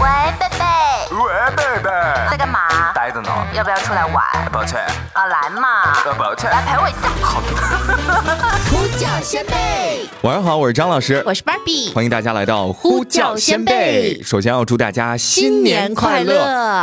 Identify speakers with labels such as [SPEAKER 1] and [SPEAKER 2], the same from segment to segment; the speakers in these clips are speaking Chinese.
[SPEAKER 1] 喂，贝贝，
[SPEAKER 2] 喂，贝贝，
[SPEAKER 1] 在干嘛？
[SPEAKER 2] 呆着呢。
[SPEAKER 1] 要不要出来玩？
[SPEAKER 2] 抱歉，
[SPEAKER 1] 啊，来嘛，
[SPEAKER 2] 呃，抱歉。
[SPEAKER 1] 来陪我一下。好 的。
[SPEAKER 3] 呼叫先辈，
[SPEAKER 4] 晚上好，我是张老师，
[SPEAKER 3] 我是 Barbie。
[SPEAKER 4] 欢迎大家来到
[SPEAKER 3] 呼叫先辈
[SPEAKER 4] 首先要祝大家
[SPEAKER 3] 新年快乐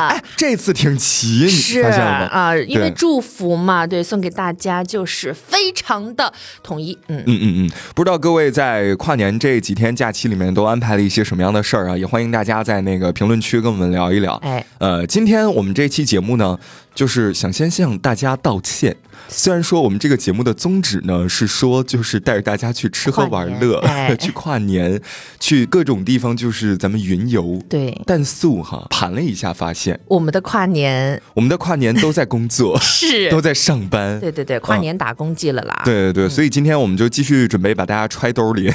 [SPEAKER 4] 哎，这次挺齐，你
[SPEAKER 3] 是
[SPEAKER 4] 发现了吗？
[SPEAKER 3] 啊，因为
[SPEAKER 4] 对
[SPEAKER 3] 祝福嘛，对，送给大家就是非常的统一，嗯，
[SPEAKER 4] 嗯嗯嗯，不知道各位在跨年这几天假期里面都安排了一些什么样的事儿啊？也欢迎大家在那个评论区跟我们聊一聊。
[SPEAKER 3] 哎，
[SPEAKER 4] 呃，今天我们这期节目呢，就是想先向大家道歉。虽然说我们这个节目的宗旨呢是说，就是带着大家去吃喝
[SPEAKER 3] 跨
[SPEAKER 4] 玩
[SPEAKER 3] 年
[SPEAKER 4] 乐，
[SPEAKER 3] 哎
[SPEAKER 4] 去跨年，去各种地方，就是咱们云游。
[SPEAKER 3] 对，
[SPEAKER 4] 但素哈盘了一下，发现
[SPEAKER 3] 我们的跨年，
[SPEAKER 4] 我们的跨年都在工作
[SPEAKER 3] 是
[SPEAKER 4] 都在上班。
[SPEAKER 3] 对对嗯对，跨
[SPEAKER 4] 嗯
[SPEAKER 3] 年打工季了啦。
[SPEAKER 4] 对对对，所以今天我们就继续准备把大家揣兜里。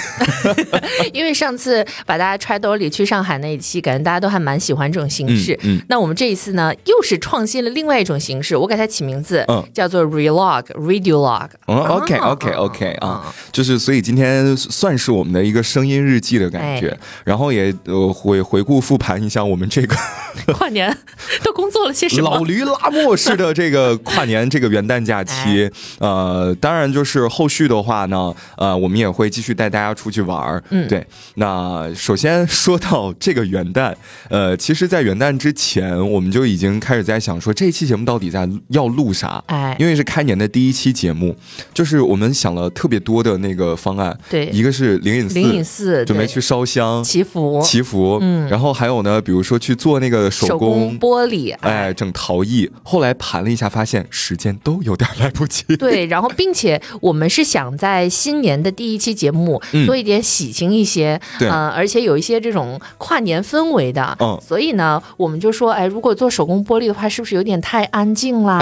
[SPEAKER 3] 因为上次把大家揣兜里去上海那一期，感觉大家都还蛮喜欢这种形式。
[SPEAKER 4] 嗯嗯
[SPEAKER 3] 那我们这一次呢，又是创新了另外一种形式，我给它起名字、
[SPEAKER 4] 嗯
[SPEAKER 3] 叫做啊 relog radiolog。
[SPEAKER 4] 嗯，OK OK OK 啊，就是所以今天算是我们的一个声音日记的感觉，然后也呃回回顾复盘一下我们这个
[SPEAKER 3] 跨年 都工作了些什
[SPEAKER 4] 老
[SPEAKER 3] 么？
[SPEAKER 4] 驴拉磨式的这个跨年这个元旦假期，
[SPEAKER 3] 哎
[SPEAKER 4] 呃，当然就是后续的话呢，呃，我们也会继续带大家出去玩儿，嗯，对。那首先说到这个元旦，呃，其实，在元旦之前，我们就已经开始在想说这期节目到底在要录啥，
[SPEAKER 3] 哎
[SPEAKER 4] 因为是开年的第一期节目，就是我们想了特别多的那个方案，
[SPEAKER 3] 对
[SPEAKER 4] 一个是灵隐寺，
[SPEAKER 3] 灵隐寺
[SPEAKER 4] 准备
[SPEAKER 3] 对
[SPEAKER 4] 去烧香。
[SPEAKER 3] 祈福、
[SPEAKER 4] 祈福，嗯，然后还有呢，比如说去做那个手
[SPEAKER 3] 手
[SPEAKER 4] 工
[SPEAKER 3] 工玻璃，
[SPEAKER 4] 哎，整陶艺。后来盘了一下，发现时间都有点来不 及。
[SPEAKER 3] 对，然后并且我们是想在新年的第一期节目做一点喜庆一些，
[SPEAKER 4] 对
[SPEAKER 3] 呃，而且有一些这种跨年氛围的，
[SPEAKER 4] 嗯
[SPEAKER 3] 所以呢，我们就说，哎，如果做手工玻璃的话，是不是有点太安静啦？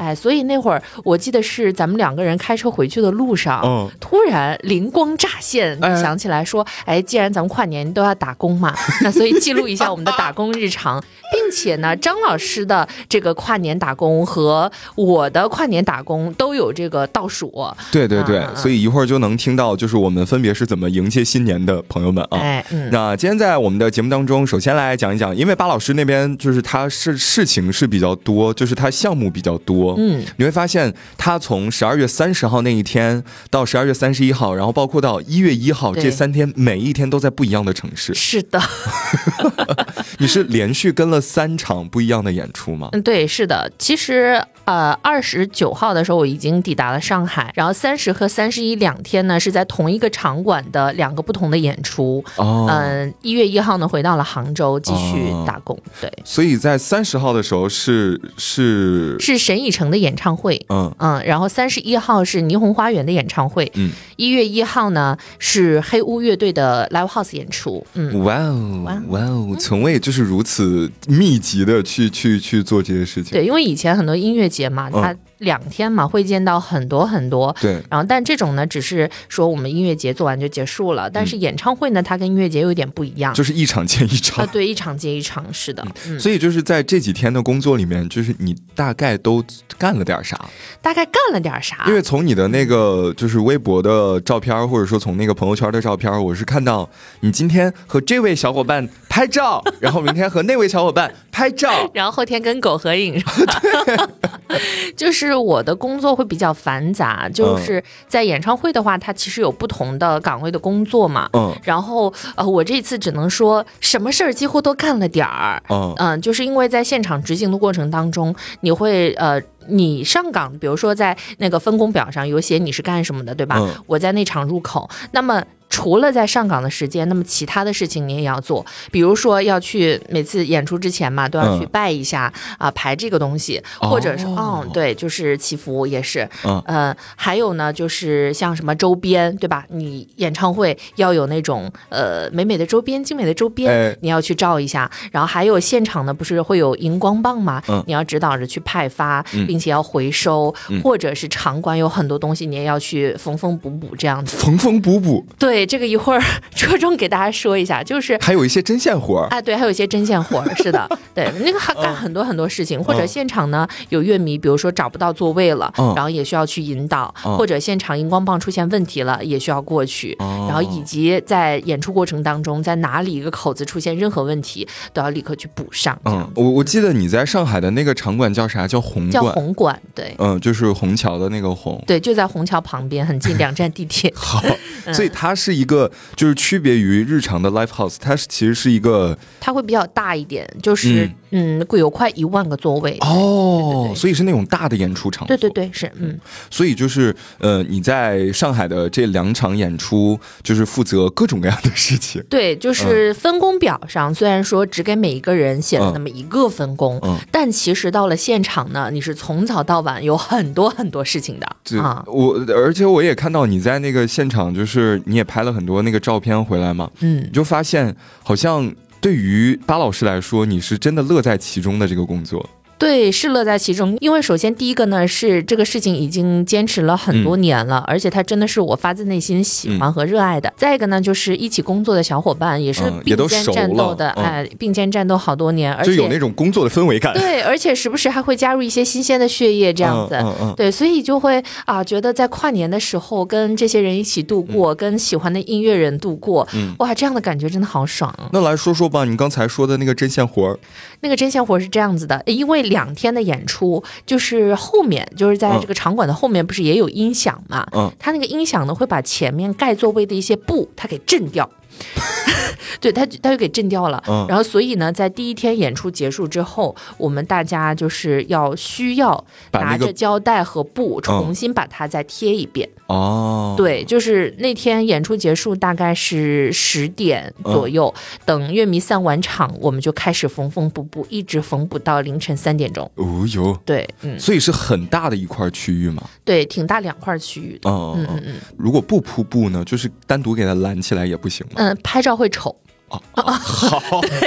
[SPEAKER 4] 哎
[SPEAKER 3] 所以那会儿我记得是咱们两个人开车回去的路上，
[SPEAKER 4] 嗯
[SPEAKER 3] 突然灵光乍现，
[SPEAKER 4] 哎
[SPEAKER 3] 想起来说，哎，既然咱们跨年都要打工嘛，那所以记录一下我们的打工日常， 并且呢，张老师的这个跨年打工和我的跨年打工都有这个倒数，
[SPEAKER 4] 对对对，
[SPEAKER 3] 嗯嗯嗯
[SPEAKER 4] 所以一会儿就能听到，就是我们分别是怎么迎接新年的朋友们啊。
[SPEAKER 3] 哎，嗯，
[SPEAKER 4] 那今天在我们的节目当中，首先来讲一讲，因为巴老师那边就是他事事情是比较多，就是他项目比较多，
[SPEAKER 3] 嗯，
[SPEAKER 4] 你会发现他从十二月三十号那一天到十二月三十一号，然后包括到一月一号
[SPEAKER 3] 对嗯
[SPEAKER 4] 这三天，每一天都在不一样的城市。
[SPEAKER 3] 是的，
[SPEAKER 4] 你是连续跟了三场不一样的演出吗？
[SPEAKER 3] 嗯，对，是的。其实，呃，二十九号的时候我已经抵达了上海，然后三十和三十一两天呢是在同一个场馆的两个不同的演出。
[SPEAKER 4] 哦，
[SPEAKER 3] 嗯，一月一号呢回到了杭州继续
[SPEAKER 4] 哦
[SPEAKER 3] 打工，对，
[SPEAKER 4] 所以在三十号的时候是是
[SPEAKER 3] 是沈以诚的演唱会。
[SPEAKER 4] 嗯
[SPEAKER 3] 嗯，然后三十一号是霓虹花园的演唱会，
[SPEAKER 4] 嗯，
[SPEAKER 3] 一月一号呢是黑屋乐队的 live house 演出，嗯，
[SPEAKER 4] 哇哦
[SPEAKER 3] 哇哦
[SPEAKER 4] 哇哦，从未就是如此密集的去去去做这些事情。
[SPEAKER 3] 对，因为以前很多音乐节嘛，它两天嘛会见到很多很多，
[SPEAKER 4] 嗯对
[SPEAKER 3] 然后，但这种呢，只是说我们音乐节做完就结束了，但是演唱会呢，它跟音乐节有点不一样，
[SPEAKER 4] 嗯就是一场接一场。
[SPEAKER 3] 啊，对，一场接一场，是的，嗯，
[SPEAKER 4] 所以就是在这几天的工作里面，就是你大概都干了点啥？
[SPEAKER 3] 大概干了点啥
[SPEAKER 4] 因？为从你的那个就是微博的照片，或者说从那个朋友圈的照片，我是看到你今天和这位小伙伴拍照，然后明天和那位小伙伴拍照。
[SPEAKER 3] 然后后天跟狗合影是吧？ 就是我的工作会比较繁杂，就是在演唱会的话，它其实有不同的岗位的工作嘛。
[SPEAKER 4] 嗯
[SPEAKER 3] 然后呃，我这次只能说什么事儿几乎都干了点儿。
[SPEAKER 4] 嗯
[SPEAKER 3] 嗯，就是因为在现场执行的过程当中，你会呃，你上岗，比如说在那个分工表上有写你是干什么的，对吧？
[SPEAKER 4] 嗯
[SPEAKER 3] 我在那场入口，那么。除了在上岗的时间，那么其他的事情你也要做，比如说要去每次演出之前嘛，都要去
[SPEAKER 4] 嗯
[SPEAKER 3] 拜一下啊、排这个东西，或者是嗯、
[SPEAKER 4] 哦
[SPEAKER 3] 对，就是祈福也是，
[SPEAKER 4] 嗯
[SPEAKER 3] 呃，还有呢，就是像什么周边，对吧？你演唱会要有那种呃美美的周边、精美的周边，
[SPEAKER 4] 哎
[SPEAKER 3] 你要去照一下。然后还有现场呢，不是会有荧光棒吗？
[SPEAKER 4] 嗯
[SPEAKER 3] 你要指导着去派发，并并且要回收，或者是场馆有很多东西你也要去缝缝补补这样子。
[SPEAKER 4] 缝缝补补，
[SPEAKER 3] 对，这个一会儿 着重给大家说一下，就是。
[SPEAKER 4] 还有一些针线活儿。
[SPEAKER 3] 哎，对，还有一些针线活儿，是的，对，那个还干很多很多事情，或者
[SPEAKER 4] 嗯
[SPEAKER 3] 现场呢有乐迷，比如说找不到座位了，
[SPEAKER 4] 嗯
[SPEAKER 3] 然后也需要去引导，
[SPEAKER 4] 嗯
[SPEAKER 3] 或者现场荧光棒出现问题了，也需要过去，
[SPEAKER 4] 哦
[SPEAKER 3] 然后以及在演出过程当中，在哪里一个口子出现任何问题，都要立刻去补上，这
[SPEAKER 4] 嗯
[SPEAKER 3] 样，子、
[SPEAKER 4] 我我记得你在上海的那个场馆叫啥？叫红
[SPEAKER 3] 叫
[SPEAKER 4] 馆。
[SPEAKER 3] 红馆，对。
[SPEAKER 4] 嗯，就是虹桥的那个虹。。
[SPEAKER 3] 对，就在虹桥旁边，很近，两站地 铁
[SPEAKER 4] 好，
[SPEAKER 3] 嗯
[SPEAKER 4] 所以它是一个，就是区别于日常的 live house，它是其实是一个
[SPEAKER 3] 它会比较大一点，就是嗯，会有快一万个座位。
[SPEAKER 4] 哦，所以是那种大的演出场所。
[SPEAKER 3] 对对对，是嗯，
[SPEAKER 4] 所以就是呃，你在上海的这两场演出，就是负责各种各样的事情。
[SPEAKER 3] 对，
[SPEAKER 4] 嗯
[SPEAKER 3] 就是分工表上，虽然说只给每一个人写了那么一个分工，
[SPEAKER 4] 嗯
[SPEAKER 3] 但其实到了现场呢，你是从早到晚有很多很多事情的
[SPEAKER 4] 对，
[SPEAKER 3] 啊。
[SPEAKER 4] 我而且我也看到你在那个现场，就是你也拍了很多那个照片回来嘛，
[SPEAKER 3] 嗯
[SPEAKER 4] 你，就发现好像对于巴老师来说，你是真的乐在其中的这个工作。
[SPEAKER 3] 对，是乐在其中。因为首先第一个呢，是这个事情已经坚持了
[SPEAKER 4] 嗯
[SPEAKER 3] 很多年了，而且它真的是我发自内心喜欢和热爱的。再一个呢，就是一起工作的小伙伴也是
[SPEAKER 4] 嗯也
[SPEAKER 3] 并
[SPEAKER 4] 都
[SPEAKER 3] 肩
[SPEAKER 4] 熟
[SPEAKER 3] 战斗
[SPEAKER 4] 了
[SPEAKER 3] 的，
[SPEAKER 4] 嗯
[SPEAKER 3] 哎，并肩战斗好多年，而
[SPEAKER 4] 就
[SPEAKER 3] 且
[SPEAKER 4] 有那种工作的氛围感，
[SPEAKER 3] 对，而且时不时还会加入一些新鲜的血液，这样子。
[SPEAKER 4] 嗯嗯
[SPEAKER 3] 对，所以就会啊，觉得在跨年的时候跟这些人一起度过，跟喜欢的音乐人度过，
[SPEAKER 4] 嗯
[SPEAKER 3] 哇，这样的感觉真的好爽啊！
[SPEAKER 4] 那来说说吧，你刚才说的那个针线活儿，
[SPEAKER 3] 那个针线活是这样子的，因为两天的演出，就是后面就是在这个场馆的后面，不是也有音响嘛？
[SPEAKER 4] 嗯，
[SPEAKER 3] 它那个音响呢，会把前面盖座位的一些布，它给震掉。 对，它它就给震掉了。
[SPEAKER 4] 嗯
[SPEAKER 3] 然后，所以呢，在第一天演出结束之后，我们大家就是要需要
[SPEAKER 4] 把那
[SPEAKER 3] 拿
[SPEAKER 4] 个嗯
[SPEAKER 3] 着胶带和布重新把它再贴一遍。
[SPEAKER 4] 哦，，
[SPEAKER 3] 对，就是那天演出结束大概是十点
[SPEAKER 4] 嗯
[SPEAKER 3] 左右，等乐迷散完场，我们就开始缝缝补补，一直缝补到凌晨三点钟。
[SPEAKER 4] 哦哟，
[SPEAKER 3] 对，嗯，
[SPEAKER 4] 所以是很大的一块区域嘛，
[SPEAKER 3] 对，挺大两块区域的。
[SPEAKER 4] 哦，
[SPEAKER 3] 嗯
[SPEAKER 4] 嗯
[SPEAKER 3] 嗯嗯
[SPEAKER 4] 如果不铺布呢，就是单独给它拦起来也不行嘛。
[SPEAKER 3] 嗯，拍照会丑，
[SPEAKER 4] 哦好，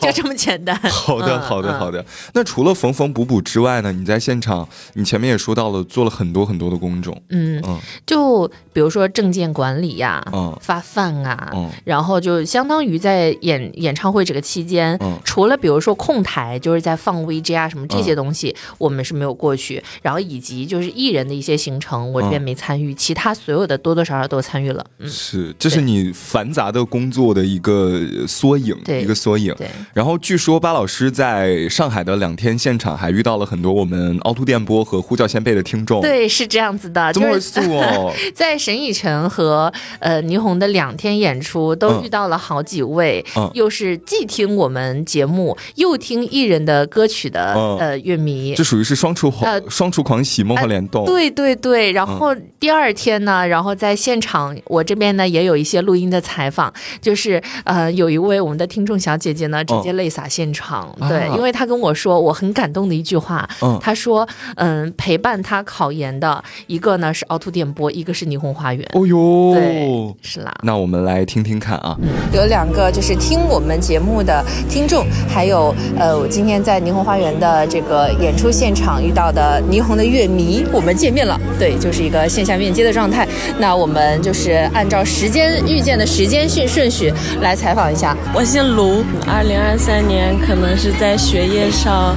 [SPEAKER 3] 就这么简单。
[SPEAKER 4] 好的，
[SPEAKER 3] 嗯
[SPEAKER 4] 好的，
[SPEAKER 3] 嗯
[SPEAKER 4] 好的。那除了缝缝补补之外呢，你在现场，你前面也说到了，做了很多很多的工种，
[SPEAKER 3] 嗯，
[SPEAKER 4] 嗯
[SPEAKER 3] 就比如说证件管理呀、
[SPEAKER 4] 嗯
[SPEAKER 3] 发饭啊，
[SPEAKER 4] 嗯
[SPEAKER 3] 然后就相当于在演演唱会这个期间，
[SPEAKER 4] 嗯
[SPEAKER 3] 除了比如说控台，就是在放 VJ 啊什么这些东西，
[SPEAKER 4] 嗯
[SPEAKER 3] 我们是没有过去，然后以及就是艺人的一些行程，我这边没参与，其他所有的多多少少都参与了，嗯，
[SPEAKER 4] 是，这是你繁杂的工作的一个缩影，
[SPEAKER 3] 对
[SPEAKER 4] 一个缩影。
[SPEAKER 3] 对。
[SPEAKER 4] 然后据说巴老师在上海的两天现场还遇到了很多我们凹凸电波和呼叫先辈的听众，，
[SPEAKER 3] 对，是这样子的，
[SPEAKER 4] 这么
[SPEAKER 3] 就
[SPEAKER 4] 回
[SPEAKER 3] 是
[SPEAKER 4] 事 哦。
[SPEAKER 3] 在沈以诚和呃倪虹的两天演出，都
[SPEAKER 4] 嗯
[SPEAKER 3] 遇到了好几位，
[SPEAKER 4] 嗯
[SPEAKER 3] 又是既听我们节目，又听艺人的歌曲的、
[SPEAKER 4] 嗯
[SPEAKER 3] 呃乐迷
[SPEAKER 4] 这。属于是双厨狂、
[SPEAKER 3] 呃啊
[SPEAKER 4] 双厨狂喜，梦幻联动。
[SPEAKER 3] 对对对，然
[SPEAKER 4] 嗯
[SPEAKER 3] 后第二天呢，然后在现场我这边呢也有一些录音的采访，就是呃有一位我们的听众小姐姐呢直接泪洒现场，
[SPEAKER 4] 嗯啊
[SPEAKER 3] 对，因为她跟我说我很感动的一句话，
[SPEAKER 4] 嗯
[SPEAKER 3] 她说嗯陪伴她考研的一个呢是凹凸电波，一个是霓虹花园，
[SPEAKER 4] 哦
[SPEAKER 3] 对嗯
[SPEAKER 4] 呦，，
[SPEAKER 3] 是啦，
[SPEAKER 4] 那我们来听听看啊。
[SPEAKER 5] 有两个就是听我们节目的听众，还有呃，我今天在霓虹花园的这个演出现场遇到的霓虹的乐迷，我们见面了。对，就是一个线下面接的状态。那我们就是按照时间遇见的时间顺顺序来采访一下。
[SPEAKER 6] 我姓卢，二零二三年可能是在学业上，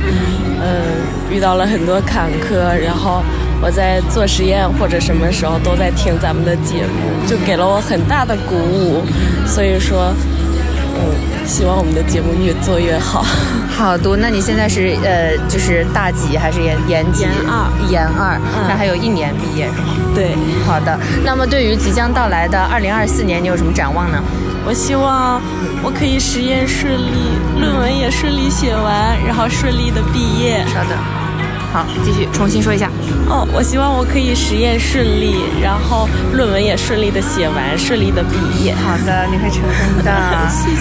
[SPEAKER 6] 呃，遇到了很多坎坷，然后我在做实验或者什么时候都在听咱们的节目，就给了我很大的鼓舞，所以说，嗯，希望我们的节目越做越好。
[SPEAKER 5] 好读，那你现在是呃，就是大几还是研研几？
[SPEAKER 6] 研二，
[SPEAKER 5] 研二，
[SPEAKER 6] 嗯
[SPEAKER 5] 那还有一年毕业是吗？
[SPEAKER 6] 对。
[SPEAKER 5] 好的，那么对于即将到来的二零二四年，你有什么展望呢？
[SPEAKER 6] 我希望我可以实验顺利，论文也顺利写完，然后顺利的毕业。
[SPEAKER 5] 稍等，好，继续重新说一下。
[SPEAKER 6] 哦，我希望我可以实验顺利，然后论文也顺利的写完，顺利的毕业。
[SPEAKER 5] 好的，你会成功 的。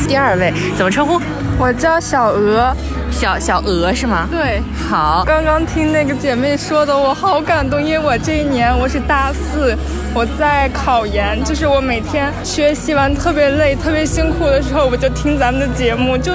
[SPEAKER 5] 第二位怎么称呼？
[SPEAKER 7] 我叫小鹅，
[SPEAKER 5] 小小鹅是吗？
[SPEAKER 7] 对，
[SPEAKER 5] 好，
[SPEAKER 7] 刚刚听那个姐妹说的，我好感动，因为我这一年我是大四，我在考研，就是我每天学习完特别累、特别辛苦的时候，我就听咱们的节目，就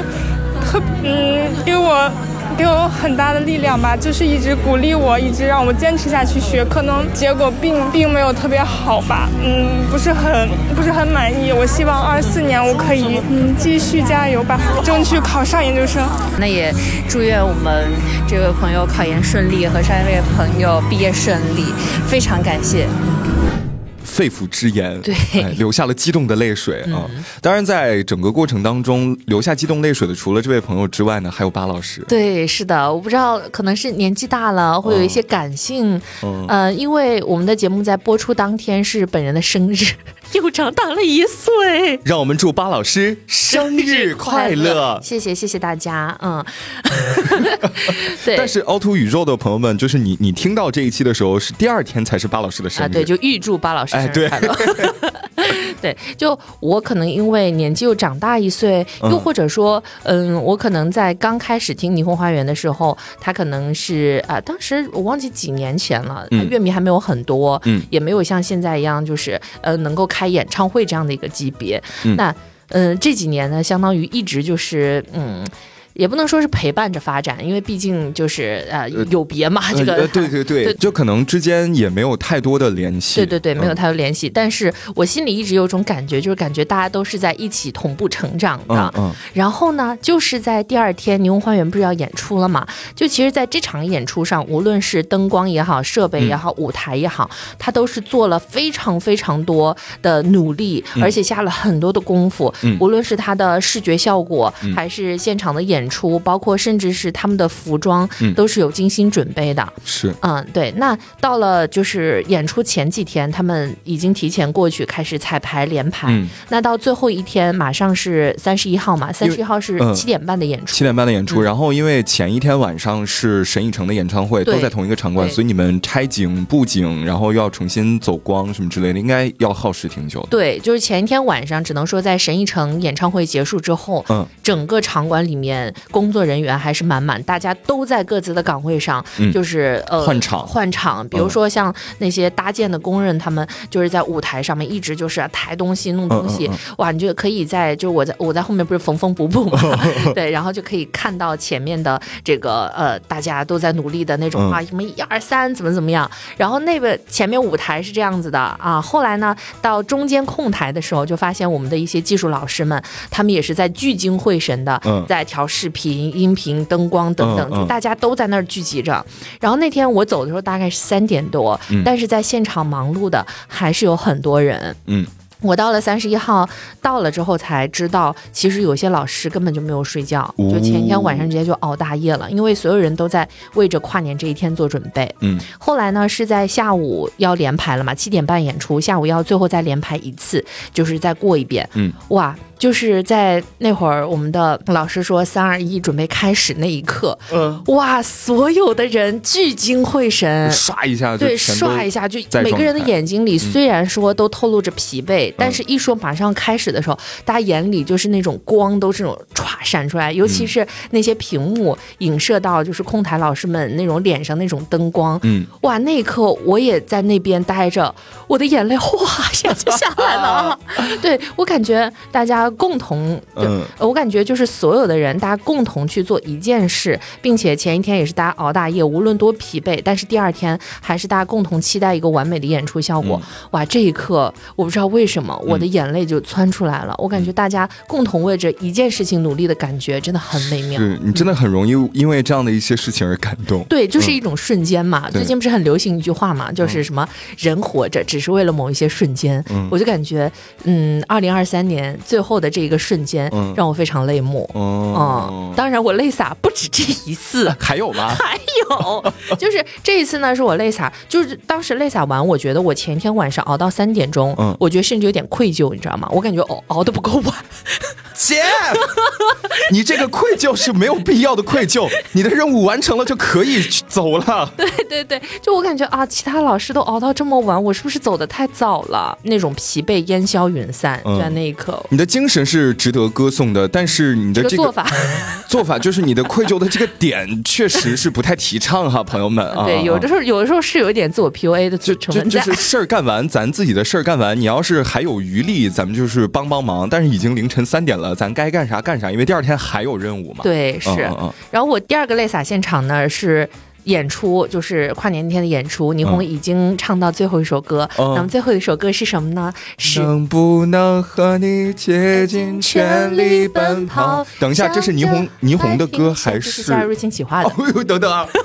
[SPEAKER 7] 特嗯给我给我很大的力量吧，就是一直鼓励我，一直让我坚持下去学。可能结果并并没有特别好吧，嗯，不是很不是很满意。我希望二四年我可以嗯继续加油吧，争取考上研究生。
[SPEAKER 3] 那也祝愿我们这位朋友考研顺利和上一位朋友毕业顺利，非常感谢。
[SPEAKER 4] 肺腑之言，
[SPEAKER 8] 对
[SPEAKER 4] 哎流下了激动的泪水啊！
[SPEAKER 3] 嗯
[SPEAKER 4] 当然，在整个过程当中，流下激动泪水的，除了这位朋友之外呢，还有巴老师。
[SPEAKER 8] 对，是的，我不知道，可能是年纪大了，会有一些感性。
[SPEAKER 4] 嗯
[SPEAKER 8] 呃，因为我们的节目在播出当天是本人的生日， 又长大了一 岁。
[SPEAKER 4] 让我们祝巴老师生日快乐！
[SPEAKER 8] 谢谢谢谢大家， 嗯，对，
[SPEAKER 4] 但是凹凸宇宙的朋友们，就是你，你听到这一期的时候是第二天才是巴老师的生日，
[SPEAKER 8] 啊，对，就预祝巴老师
[SPEAKER 4] 哎
[SPEAKER 8] 生日快乐。 对，就我可能因为年纪又长大一岁，
[SPEAKER 4] 嗯
[SPEAKER 8] 又或者说，嗯，我可能在刚开始听《霓虹花园》的时候，他可能是啊、当时我忘记几年前了，
[SPEAKER 4] 嗯
[SPEAKER 8] 乐迷还没有很多，
[SPEAKER 4] 嗯
[SPEAKER 8] 也没有像现在一样，就是呃，能够开演唱会这样的一个级别。
[SPEAKER 4] 嗯
[SPEAKER 8] 那嗯、呃这几年呢，相当于一直就是嗯。也不能说是陪伴着发展，因为毕竟就是呃有别嘛，这个、
[SPEAKER 4] 呃对对对，
[SPEAKER 8] 对
[SPEAKER 4] 就可能之间也没有太多的联系。
[SPEAKER 8] 对对对，没有
[SPEAKER 4] 嗯
[SPEAKER 8] 太多联系。但是我心里一直有种感觉，就是感觉大家都是在一起同步成长的
[SPEAKER 4] 嗯。嗯
[SPEAKER 8] 然后呢，就是在第二天，霓虹花园不是要演出了嘛？就其实，在这场演出上，无论是灯光也好，设
[SPEAKER 4] 嗯
[SPEAKER 8] 备也好，舞台也好，他都是做了非常非常多的努力，而且下了很多的功夫。
[SPEAKER 4] 嗯
[SPEAKER 8] 无论是他的视觉效果，还是现场的演出，包括甚至是他们的服装
[SPEAKER 4] 嗯，
[SPEAKER 8] 都是有精心准备的。
[SPEAKER 4] 是
[SPEAKER 8] 嗯，对。那到了就是演出前几天，他们已经提前过去开始彩排联排。
[SPEAKER 4] 嗯
[SPEAKER 8] 那到最后一天，马上是三十一号嘛，三十一号是
[SPEAKER 4] 嗯
[SPEAKER 8] 七点半的演出。
[SPEAKER 4] 七点半的演出，然后因为前一天晚上是沈以诚的演唱会，
[SPEAKER 8] 对
[SPEAKER 4] 都在同一个场馆，
[SPEAKER 8] 对
[SPEAKER 4] 所以你们拆景布景，然后又要重新走光什么之类的，应该要耗时挺久的。
[SPEAKER 8] 对，就是前一天晚上，只能说在沈一城演唱会结束之后，
[SPEAKER 4] 嗯
[SPEAKER 8] 整个场馆里面工作人员还是满满，大家都在各自的岗位上，
[SPEAKER 4] 嗯
[SPEAKER 8] 就是呃
[SPEAKER 4] 换场
[SPEAKER 8] 换场。比
[SPEAKER 4] 嗯
[SPEAKER 8] 如说像那些搭建的工人，他们就是在舞台上面一直就是啊抬东西、弄东西，
[SPEAKER 4] 嗯嗯
[SPEAKER 8] 哇，你就可以在就是我在我在后面不是缝缝补补
[SPEAKER 4] 嗯
[SPEAKER 8] 嘛， 对，然后就可以看到前面的这个呃大家都在努力的那种、
[SPEAKER 4] 嗯
[SPEAKER 8] 啊，什么一二三怎么怎么样，然后那个前面舞台是这样子的啊，后来呢，到中间控台的时候，就发现我们的一些技术老师们，他们也是在聚精会神的
[SPEAKER 4] 嗯
[SPEAKER 8] 在调视频、音频、灯光等等，
[SPEAKER 4] 嗯嗯
[SPEAKER 8] 就大家都在那儿聚集着。然后那天我走的时候大概是三点多，
[SPEAKER 4] 嗯
[SPEAKER 8] 但是在现场忙碌的还是有很多人。
[SPEAKER 4] 嗯，
[SPEAKER 8] 我到了三十一号，到了之后才知道，其实有些老师根本就没有睡觉，
[SPEAKER 4] 哦
[SPEAKER 8] 就前一天晚上直接就熬大夜了，因为所有人都在为着跨年这一天做准备。
[SPEAKER 4] 嗯，
[SPEAKER 8] 后来呢是在下午要连排了嘛，七点半演出，下午要最后再连排一次，就是再过一遍。
[SPEAKER 4] 嗯，
[SPEAKER 8] 哇，就是在那会儿，我们的老师说三二一准备开始那一刻，
[SPEAKER 4] 嗯，
[SPEAKER 8] 哇，所有的人聚精会神，
[SPEAKER 4] 刷一下就
[SPEAKER 8] 呃对，
[SPEAKER 4] 全都
[SPEAKER 8] 唰一下，就
[SPEAKER 4] 在
[SPEAKER 8] 每个人的
[SPEAKER 4] 状态嗯
[SPEAKER 8] 眼睛里虽然说都透露着疲惫，但是一说马上开始的时候，大家眼里就是那种光都是那种歘闪出来，尤其
[SPEAKER 4] 嗯
[SPEAKER 8] 是那些屏幕影射到就是控台老师们那种脸上那种灯光，
[SPEAKER 4] 嗯，
[SPEAKER 8] 哇，那一刻我也在那边待着，我的眼泪 哗一下就下来了 啊，对我感觉大家共同就
[SPEAKER 4] 嗯
[SPEAKER 8] 呃我感觉就是所有的人，大家共同去做一件事，并且前一天也是大家熬大夜，无论多疲惫，但是第二天还是大家共同期待一个完美的演出效
[SPEAKER 4] 嗯
[SPEAKER 8] 果。哇，这一刻我不知道为什么我的眼泪就窜出来了，我
[SPEAKER 4] 嗯
[SPEAKER 8] 感觉大家共同为着一件事情努力的感觉真的很美妙。
[SPEAKER 4] 是你真的很容易因为这样的一些事情而感动。
[SPEAKER 8] 对，就是一种瞬间嘛。
[SPEAKER 4] 嗯对嗯
[SPEAKER 8] 最近不是很流行一句话嘛，就是什么人活着只是为了某一些瞬间。我就感觉，嗯，二零二三年最后的这一个瞬间
[SPEAKER 4] 嗯
[SPEAKER 8] 让我非常泪目。
[SPEAKER 4] 哦
[SPEAKER 8] 嗯，，当然我泪洒不止这一
[SPEAKER 4] 。
[SPEAKER 8] 次
[SPEAKER 4] 还有吗？
[SPEAKER 8] 还有，就是这一次呢，是我泪洒，就是当时泪洒完，我觉得我前一天晚上熬到三点钟，
[SPEAKER 4] 嗯
[SPEAKER 8] 我觉得甚至有点愧疚，你知道吗？我感觉哦熬熬的不够晚，
[SPEAKER 4] 姐， 你这个愧疚是没有必要的愧疚，你的任务完成了就可以去走了。
[SPEAKER 8] 对 对对，就我感觉啊，其他老师都熬到这么晚，我是不是走的太早了？那种疲惫烟消云散，
[SPEAKER 4] 嗯
[SPEAKER 8] 就在那一刻，
[SPEAKER 4] 你的精神是值得歌颂的，但是你的 这
[SPEAKER 8] 这个
[SPEAKER 4] 个
[SPEAKER 8] 做法，
[SPEAKER 4] 做法就是你的愧疚的这个点确实是不太提倡 哈、朋友们啊。
[SPEAKER 8] 对，有的时候有的时候是有一点自我 PUA 的
[SPEAKER 4] 就
[SPEAKER 8] 成
[SPEAKER 4] 就
[SPEAKER 8] 分
[SPEAKER 4] 就
[SPEAKER 8] 在。啊
[SPEAKER 4] 是事儿干完，咱自己的事儿干完，你要是还有余力，咱们就是帮帮忙。但是已经凌晨三点了，咱该干啥干啥，因为第二天还有任务嘛。
[SPEAKER 8] 对，是。
[SPEAKER 4] 嗯，嗯嗯
[SPEAKER 8] 然后我第二个泪洒现场呢是。演出就是跨年那天的演出，倪虹已经唱到最后一首歌，
[SPEAKER 4] 嗯
[SPEAKER 8] 那么最后一首歌是什么呢？是
[SPEAKER 4] 能不能和你竭尽全力奔跑？等一下，这是倪虹倪虹的歌还
[SPEAKER 8] 是
[SPEAKER 4] 是？
[SPEAKER 8] 夏瑞清企划的？
[SPEAKER 4] 哎呦，等等啊！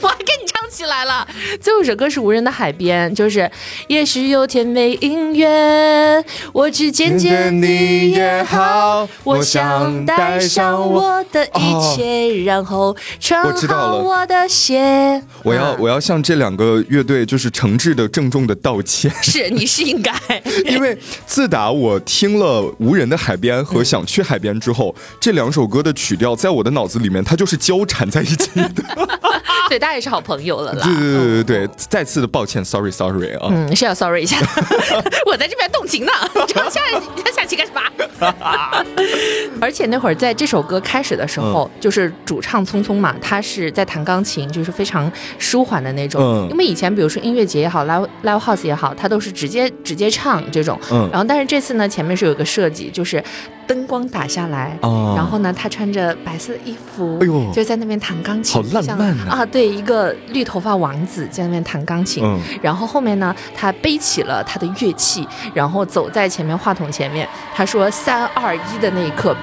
[SPEAKER 8] 我还跟你唱起来了。最后一首歌是《无人的海边》，就是也许有天没音乐，我只见见你也好，我想带上我的一切，然后穿
[SPEAKER 4] 哦我知道
[SPEAKER 8] 好
[SPEAKER 4] 了
[SPEAKER 8] 我的鞋。
[SPEAKER 4] 我要
[SPEAKER 8] 啊
[SPEAKER 4] 我要向这两个乐队就是诚挚的郑重的道 歉，
[SPEAKER 8] 是你是 应该，
[SPEAKER 4] 因为自打我听了《无人的海边》和《
[SPEAKER 8] 嗯
[SPEAKER 4] 想去海边》之后，这两首歌的曲调在我的脑子里面它就是交缠在一起的。
[SPEAKER 8] 对，大家也是好朋友了啦
[SPEAKER 4] 对。对对对对，再次的抱歉，sorry sorry 啊。
[SPEAKER 8] 哦嗯，是要 sorry 一下， 我在这边动 情呢，唱下唱下棋干什么？ 而且那会儿在这首歌开始的时候，
[SPEAKER 4] 嗯
[SPEAKER 8] 就是主唱聪聪嘛，他是在弹钢琴，就是非常舒缓的那种。
[SPEAKER 4] 嗯
[SPEAKER 8] 因为以前比如说音乐节也好，live live house 也好，他都是直接直接唱这种。
[SPEAKER 4] 嗯
[SPEAKER 8] 然后但是这次呢，前面是有一个设计，就是灯光打下来，
[SPEAKER 4] 哦
[SPEAKER 8] 然后呢，他穿着白色衣服，
[SPEAKER 4] 哎呦
[SPEAKER 8] 就在那边弹钢琴，
[SPEAKER 4] 好浪
[SPEAKER 8] 像
[SPEAKER 4] 漫啊
[SPEAKER 8] 啊！对，一个绿头发王子在那边弹钢琴。
[SPEAKER 4] 嗯
[SPEAKER 8] 然后后面呢，他背起了他的乐器，然后走在前面话筒前面。他说“三二一”的那一刻，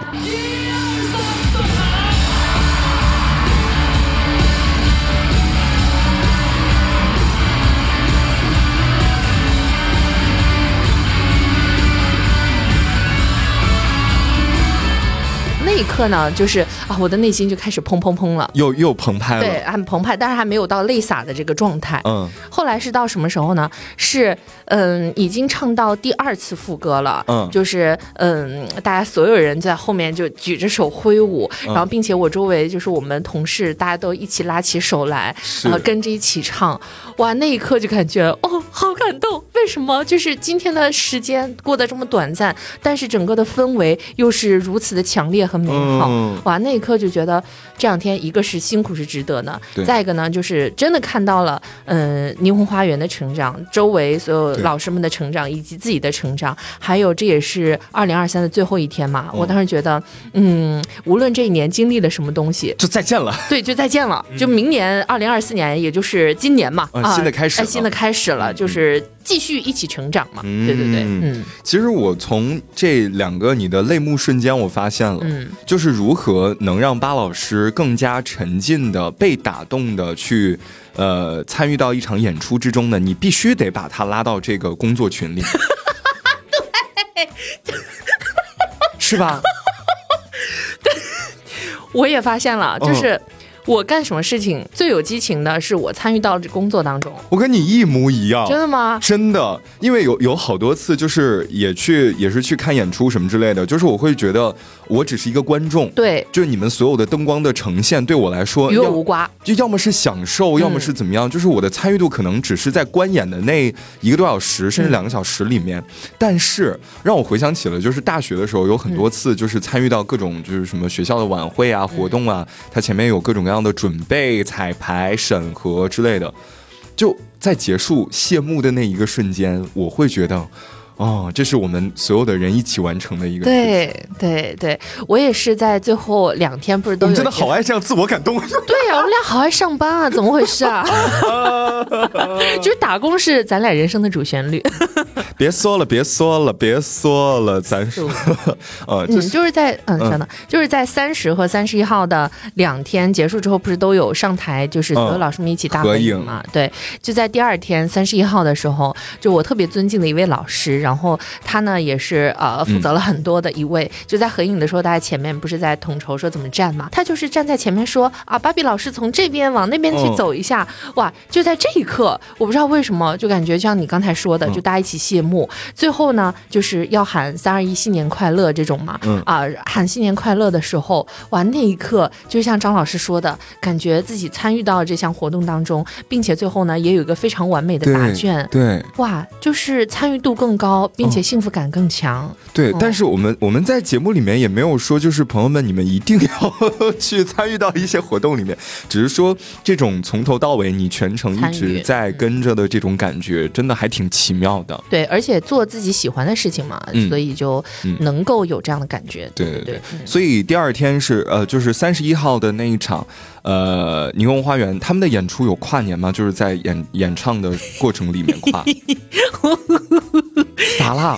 [SPEAKER 8] 那一刻呢，就是啊，我的内心就开始砰砰砰了。嗯
[SPEAKER 4] 又又澎湃
[SPEAKER 8] 对，
[SPEAKER 4] 了。
[SPEAKER 8] 很澎湃，但是还没有到泪洒的这个状态。
[SPEAKER 4] 嗯，
[SPEAKER 8] 后来是到什么时候呢？是嗯，已经唱到第二次副歌了，
[SPEAKER 4] 嗯
[SPEAKER 8] 就是嗯，大家所有人在后面就举着手挥舞，
[SPEAKER 4] 嗯
[SPEAKER 8] 然后并且我周围就是我们同事，大家都一起拉起手来，
[SPEAKER 4] 是
[SPEAKER 8] 然后跟着一起唱，哇，那一刻就感觉哦，好感动。为什么就是今天的时间过得这么短暂，但是整个的氛围又是如此的强烈和美好？
[SPEAKER 4] 嗯
[SPEAKER 8] 哇，那一刻就觉得这两天一个是辛苦是值得的
[SPEAKER 4] 对，
[SPEAKER 8] 再一个呢就是真的看到了，嗯，霓虹花园的成长，周围所有老师们的成长，以及自己的成长，还有这也是二零二三的最后一天嘛，我当时觉得，嗯，无论这一年经历了什么东西，
[SPEAKER 4] 就再见了。
[SPEAKER 8] 对，就再见了，就明年二零二四年，也就是今年嘛，
[SPEAKER 4] 嗯
[SPEAKER 8] 啊，
[SPEAKER 4] 新的开始
[SPEAKER 8] 哎
[SPEAKER 4] 了嗯
[SPEAKER 8] 新的开始了，就是继续一起成长嘛，对对对，嗯
[SPEAKER 4] 其实我从这两个你的泪目瞬间，我发现了，
[SPEAKER 8] 嗯
[SPEAKER 4] 就是如何能让巴老师更加沉浸的、被打动的去，呃，参与到一场演出之中呢？你必须得把他拉到这个工作群 里，是吧？
[SPEAKER 8] 我也发现了，就
[SPEAKER 4] 嗯
[SPEAKER 8] 是。我干什么事情最有激情的是我参与到这工作当中，
[SPEAKER 4] 我跟你一模一样，
[SPEAKER 8] 真的吗？
[SPEAKER 4] 真的，因为有有好多次就是也去也是去看演出什么之类的，就是我会觉得我只是一个观众，，
[SPEAKER 8] 对，
[SPEAKER 4] 就是你们所有的灯光的呈现对我来说
[SPEAKER 8] 与我
[SPEAKER 4] 要
[SPEAKER 8] 无瓜。
[SPEAKER 4] 就哦要么是享受，要么
[SPEAKER 8] 嗯
[SPEAKER 4] 是怎么样，就是我的参与度可能只是在观演的那一个多小时甚至
[SPEAKER 8] 嗯
[SPEAKER 4] 两个小时里面，但是让我回想起了，就是大学的时候有很
[SPEAKER 8] 嗯
[SPEAKER 4] 多次，就是参与到各种就是什么学校的晚会啊、活动啊，它前面有各种各样的准备、彩排、审核之类的，就在结束谢幕的那一个瞬间，我会觉得。哦，这是我们所有的人一起完成的一个事情。
[SPEAKER 8] 对对对，我也是在最后两天不是
[SPEAKER 4] 我
[SPEAKER 8] 都有
[SPEAKER 4] 们真的
[SPEAKER 8] 一
[SPEAKER 4] 好
[SPEAKER 8] 天
[SPEAKER 4] 爱这样自我感动。
[SPEAKER 8] 对啊呀、我们俩好爱上班啊，怎么回事啊？就是打工是咱俩人生的主旋律，
[SPEAKER 4] 别说了，别说了，别说了，咱说， 呃，
[SPEAKER 8] 嗯
[SPEAKER 4] 这，是
[SPEAKER 8] 就是在嗯，真的就是在三十和三十一号的两天结束之后，不是都有上台，就是所有
[SPEAKER 4] 嗯
[SPEAKER 8] 老师们一起大
[SPEAKER 4] 合
[SPEAKER 8] 合影
[SPEAKER 4] 影
[SPEAKER 8] 嘛？对，就在第二天三十一号的时候，就我特别尊敬的一位老师，然后他呢也是呃
[SPEAKER 4] 嗯
[SPEAKER 8] 负责了很多的一位，就在合影的时候，大家前面不是在统筹说怎么站嘛，他就是站在前面说啊，芭比老师从这边往那边去
[SPEAKER 4] 嗯嗯
[SPEAKER 8] 走一下，哇，就在这一刻，我不知道为什么就感觉就像你刚才说的，就大家一起谢幕，目，最后呢就是要喊“三二一新年快乐”这种嘛，
[SPEAKER 4] 嗯
[SPEAKER 8] 啊，喊新年快乐的时候，哇，那一刻就像张老师说的，感觉自己参与到这项活动当中，并且最后呢也有一个非常完美的嗯答卷，
[SPEAKER 4] 对嗯
[SPEAKER 8] 哇，就是参与度更高，并且幸福感更强。
[SPEAKER 4] 对
[SPEAKER 8] 嗯，
[SPEAKER 4] 但是我们我们在节目里面也没有说，就是朋友们你们一定要 去参与到一些活动里面，只是说这种从头到尾你全程一
[SPEAKER 8] 参与
[SPEAKER 4] 直在跟着的这种感觉，真的还挺奇妙的。
[SPEAKER 8] 对，而且做自己喜欢的事情嘛，
[SPEAKER 4] 嗯
[SPEAKER 8] 所以就
[SPEAKER 4] 嗯
[SPEAKER 8] 能够有这样的感觉。
[SPEAKER 4] 对
[SPEAKER 8] 对
[SPEAKER 4] 对
[SPEAKER 8] 对
[SPEAKER 4] 对，，所以第二天是呃，就是三十一号的那一场，呃，霓虹花园他们的演出有跨年吗？就是在演演唱的过程里面 跨，咋啦？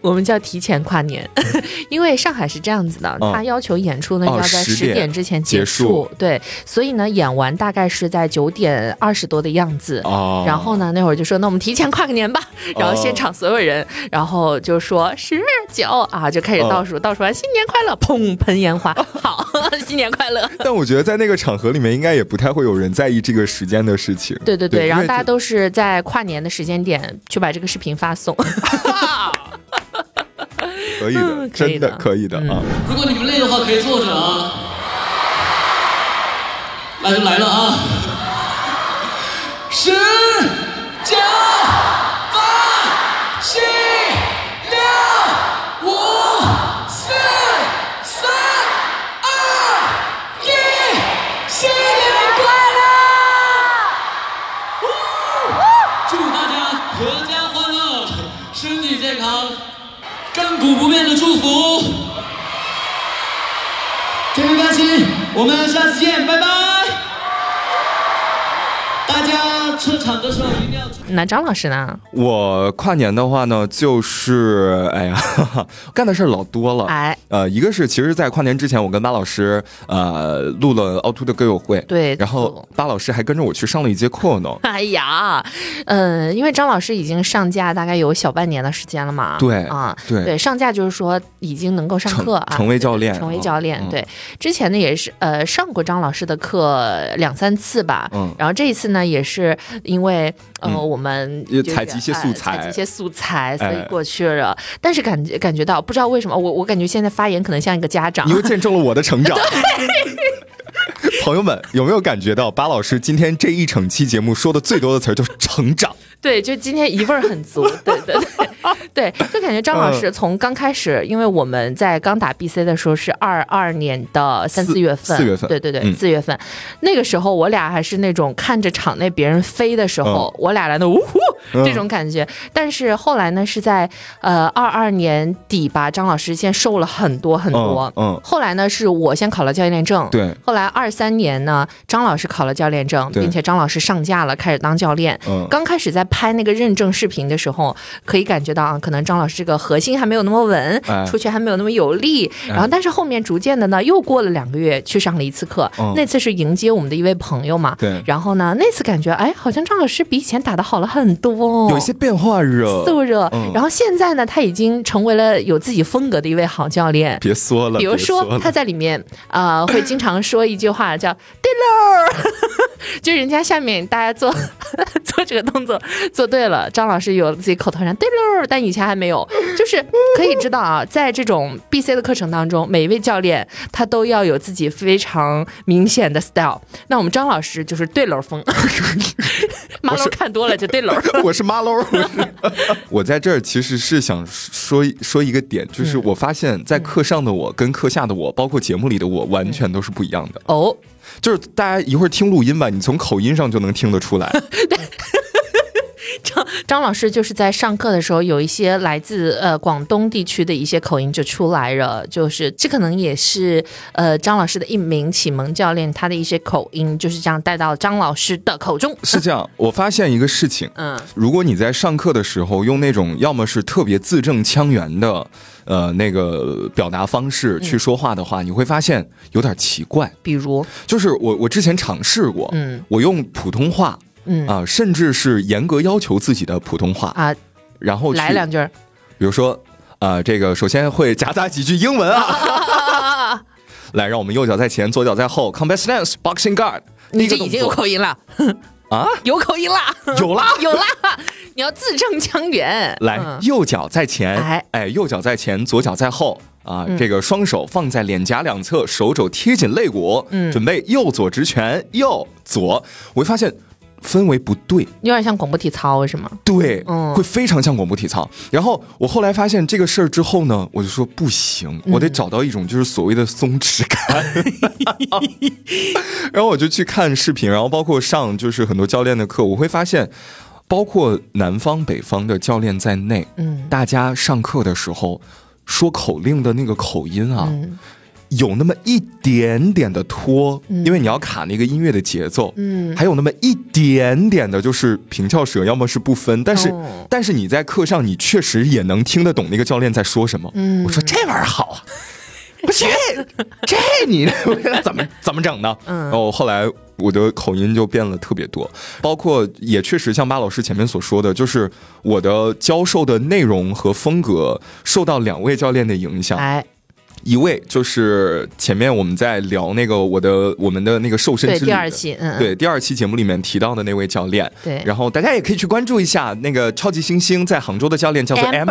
[SPEAKER 8] 我们叫提前跨年， 因为上海是这样子的，
[SPEAKER 4] 嗯
[SPEAKER 8] 它要求演出呢
[SPEAKER 4] 哦
[SPEAKER 8] 要在
[SPEAKER 4] 10
[SPEAKER 8] 十点
[SPEAKER 4] 哦点
[SPEAKER 8] 之前
[SPEAKER 4] 结
[SPEAKER 8] 束，
[SPEAKER 4] 束
[SPEAKER 8] 对，所以呢演完大概是在九点二十多的样子。
[SPEAKER 4] 哦，
[SPEAKER 8] 然后呢？那会儿就说，那我们提前跨个年吧。然后现场所有人，然后就说十九啊，就开始倒
[SPEAKER 4] 哦
[SPEAKER 8] 数，倒数完新年快乐，砰，喷烟花， 好，新年快乐。
[SPEAKER 4] 但我觉得在那个场合里面，应该也不太会有人在意这个时间的事情。
[SPEAKER 8] 对对对，然
[SPEAKER 4] 因
[SPEAKER 8] 后
[SPEAKER 4] 为
[SPEAKER 8] 大家
[SPEAKER 4] 这
[SPEAKER 8] 都是在跨年的时间点去把这个视频发送。
[SPEAKER 4] 可以的，
[SPEAKER 8] 嗯可以
[SPEAKER 4] 真的
[SPEAKER 8] 的
[SPEAKER 4] 可以的啊！
[SPEAKER 9] 如果你们累的话，可以坐着啊。那就来了啊！十、九、八、七、六、五、四、三、二、一，新年快乐！祝大家阖家欢乐，身体健康，亘古不变的祝福。天天开心，我们下次见，拜拜。大家撤场的时候一定要。
[SPEAKER 8] 那张老师呢？
[SPEAKER 4] 我跨年的话呢，就是哎呀， 哈哈，干的事儿老多了。
[SPEAKER 8] 哎，
[SPEAKER 4] 呃，一个是其实，在跨年之前，我跟巴老师呃录了凹凸的歌友会，
[SPEAKER 8] 对
[SPEAKER 4] 然后巴老师还跟着我去上了一节课呢。
[SPEAKER 8] 哎呀，嗯、因为张老师已经上架大概有小半年的时间了嘛。
[SPEAKER 4] 对
[SPEAKER 8] 啊，
[SPEAKER 4] 对
[SPEAKER 8] 上架就是说已经能够上
[SPEAKER 4] 成
[SPEAKER 8] 课啊，
[SPEAKER 4] 成为教练
[SPEAKER 8] 成为
[SPEAKER 4] 嗯
[SPEAKER 8] 教练。
[SPEAKER 4] 嗯
[SPEAKER 8] 对，之前呢也是呃上过张老师的课两三次吧。
[SPEAKER 4] 嗯
[SPEAKER 8] 然后这一次呢也是因为呃、
[SPEAKER 4] 嗯
[SPEAKER 8] 我们
[SPEAKER 4] 也
[SPEAKER 8] 就是
[SPEAKER 4] 采集一些素
[SPEAKER 8] 哎
[SPEAKER 4] 材
[SPEAKER 8] 采集一些素材，所以
[SPEAKER 4] 哎
[SPEAKER 8] 过去了。但是感觉感觉到不知道为什么，我我感觉现在发言可能像一个家长
[SPEAKER 4] 你。又见证了我的成 长。 朋友们，有没有感觉到巴老师今天这一整期节目说的最多的词儿就是成长？
[SPEAKER 8] 对，就今天一味儿很足，对对对，对，就感觉张
[SPEAKER 4] 嗯
[SPEAKER 8] 老师从刚开始，因为我们在刚打 BC 的时候是二二年的三
[SPEAKER 4] 四
[SPEAKER 8] 四月份，
[SPEAKER 4] 四月份
[SPEAKER 8] 对对对，
[SPEAKER 4] 嗯
[SPEAKER 8] 四月份，那个时候我俩还是那种看着场内别人飞的时候，
[SPEAKER 4] 嗯
[SPEAKER 8] 我俩来的呜呼这种感觉，但是后来呢是在呃二二年底吧，张老师先瘦了很多很多，
[SPEAKER 4] 嗯嗯
[SPEAKER 8] 后来呢是我先考了教练证，
[SPEAKER 4] 对
[SPEAKER 8] 后来二三年呢，张老师考了教练证，
[SPEAKER 4] 对
[SPEAKER 8] 并且张老师上架了，开始当教练，
[SPEAKER 4] 嗯
[SPEAKER 8] 刚开始在拍那个认证视频的时候，可以感觉到啊，可能张老师这个核心还没有那么稳，
[SPEAKER 4] 哎
[SPEAKER 8] 出拳还没有那么有力。然后，但是后面逐渐的呢，又过了两个月去上了一次课，
[SPEAKER 4] 嗯
[SPEAKER 8] 那次是迎接我们的一位朋友嘛。
[SPEAKER 4] 对
[SPEAKER 8] 然后呢，那次感觉哎，好像张老师比以前打的好了很多、哦，
[SPEAKER 4] 有一些变化惹，
[SPEAKER 8] 速热。
[SPEAKER 4] 嗯
[SPEAKER 8] 然后现在呢，他已经成为了有自己风格的一位好教练。
[SPEAKER 4] 别缩了。
[SPEAKER 8] 比如
[SPEAKER 4] 别缩
[SPEAKER 8] 说，
[SPEAKER 4] 了
[SPEAKER 8] 他在里面啊、呃会经常说一句话叫 “对喽”， 就人家下面大家做 做这个动作做对了，张老师有自己口头上“对喽”，但以前还没有，就是可以知道啊，在这种 BC 的课程当中，每一位教练他都要有自己非常明显的 style。那我们张老师就是对喽风， 马龙看多了就对喽。
[SPEAKER 4] 我是马喽，我是我在这儿其实是想说说一个点，
[SPEAKER 8] 嗯
[SPEAKER 4] 就是我发现，在课上的我跟课下的我，包括节目里的我，完全都是不一样的。
[SPEAKER 8] 哦，
[SPEAKER 4] 就是大家一会儿听录音吧，你从口音上就能听得出来。
[SPEAKER 8] 张 张老师就是在上课的时候，有一些来自呃广东地区的一些口音就出来了，就是这可能也是呃张老师的一名启蒙教练，他的一些口音就是这样带到张老师的口中。
[SPEAKER 4] 是这样，我发现一个事情，
[SPEAKER 8] 嗯，
[SPEAKER 4] 如果你在上课的时候用那种要么是特别字正腔圆的，呃，那个表达方式去说话的话，你会发现有点奇怪。
[SPEAKER 8] 比如，
[SPEAKER 4] 就是我我之前尝试过，
[SPEAKER 8] 嗯，
[SPEAKER 4] 我用普通话，
[SPEAKER 8] 嗯
[SPEAKER 4] 啊、甚至是严格要求自己的普通话，
[SPEAKER 8] 啊，
[SPEAKER 4] 然后去
[SPEAKER 8] 来两句儿
[SPEAKER 4] 比如说，呃，这个首先会夹杂几句英文啊。来，让我们右脚在前，左脚在后，combat stance，boxing guard。第
[SPEAKER 8] 你这
[SPEAKER 4] 一个
[SPEAKER 8] 已经有
[SPEAKER 4] 动作
[SPEAKER 8] 口音了。
[SPEAKER 4] 啊，
[SPEAKER 8] 有口音啦，
[SPEAKER 4] 有啦
[SPEAKER 8] 有啦，你要字正腔圆。
[SPEAKER 4] 来，
[SPEAKER 8] 嗯
[SPEAKER 4] 右脚在前，
[SPEAKER 8] 哎嗯
[SPEAKER 4] 哎右脚在前，左脚在后啊。这个双手放在脸颊两侧，手肘贴紧肋骨，
[SPEAKER 8] 嗯
[SPEAKER 4] 准备右左直拳，右左。我会发现氛围不对，
[SPEAKER 8] 有点像广播体操是吗？
[SPEAKER 4] 对，
[SPEAKER 8] 嗯
[SPEAKER 4] 会非常像广播体操。然后我后来发现这个事儿之后呢，我就说不行，
[SPEAKER 8] 嗯
[SPEAKER 4] 我得找到一种就是所谓的松弛感。 然后我就去看视频，然后包括上就是很多教练的课，我会发现。包括南方、北方的教练在内，
[SPEAKER 8] 嗯
[SPEAKER 4] 大家上课的时候说口令的那个口音啊，
[SPEAKER 8] 嗯
[SPEAKER 4] 有那么一点点的拖，因为你要卡那个音乐的节奏，
[SPEAKER 8] 嗯
[SPEAKER 4] 还有那么一点点的，就是平翘舌，要么是不分，但是、
[SPEAKER 8] 哦
[SPEAKER 4] 但是你在课上，你确实也能听得懂那个教练在说什么。
[SPEAKER 8] 嗯
[SPEAKER 4] 我说这玩意儿好 啊，不是这这你 怎么怎么整呢？
[SPEAKER 8] 嗯
[SPEAKER 4] 然后后来我的口音就变了特别多，包括也确实像巴老师前面所说的，就是我的教授的内容和风格受到两位教练的影响，
[SPEAKER 8] 哎，
[SPEAKER 4] 一位就是前面我们在聊那个我的我们的那个瘦身
[SPEAKER 8] 对，
[SPEAKER 4] 之旅
[SPEAKER 8] 第
[SPEAKER 4] 的
[SPEAKER 8] 二期，嗯，嗯，
[SPEAKER 4] 对第二期节目里面提到的那位教练，
[SPEAKER 8] 对
[SPEAKER 4] 然后大家也可以去关注一下那个超级新星在杭州的教练叫做
[SPEAKER 8] Amber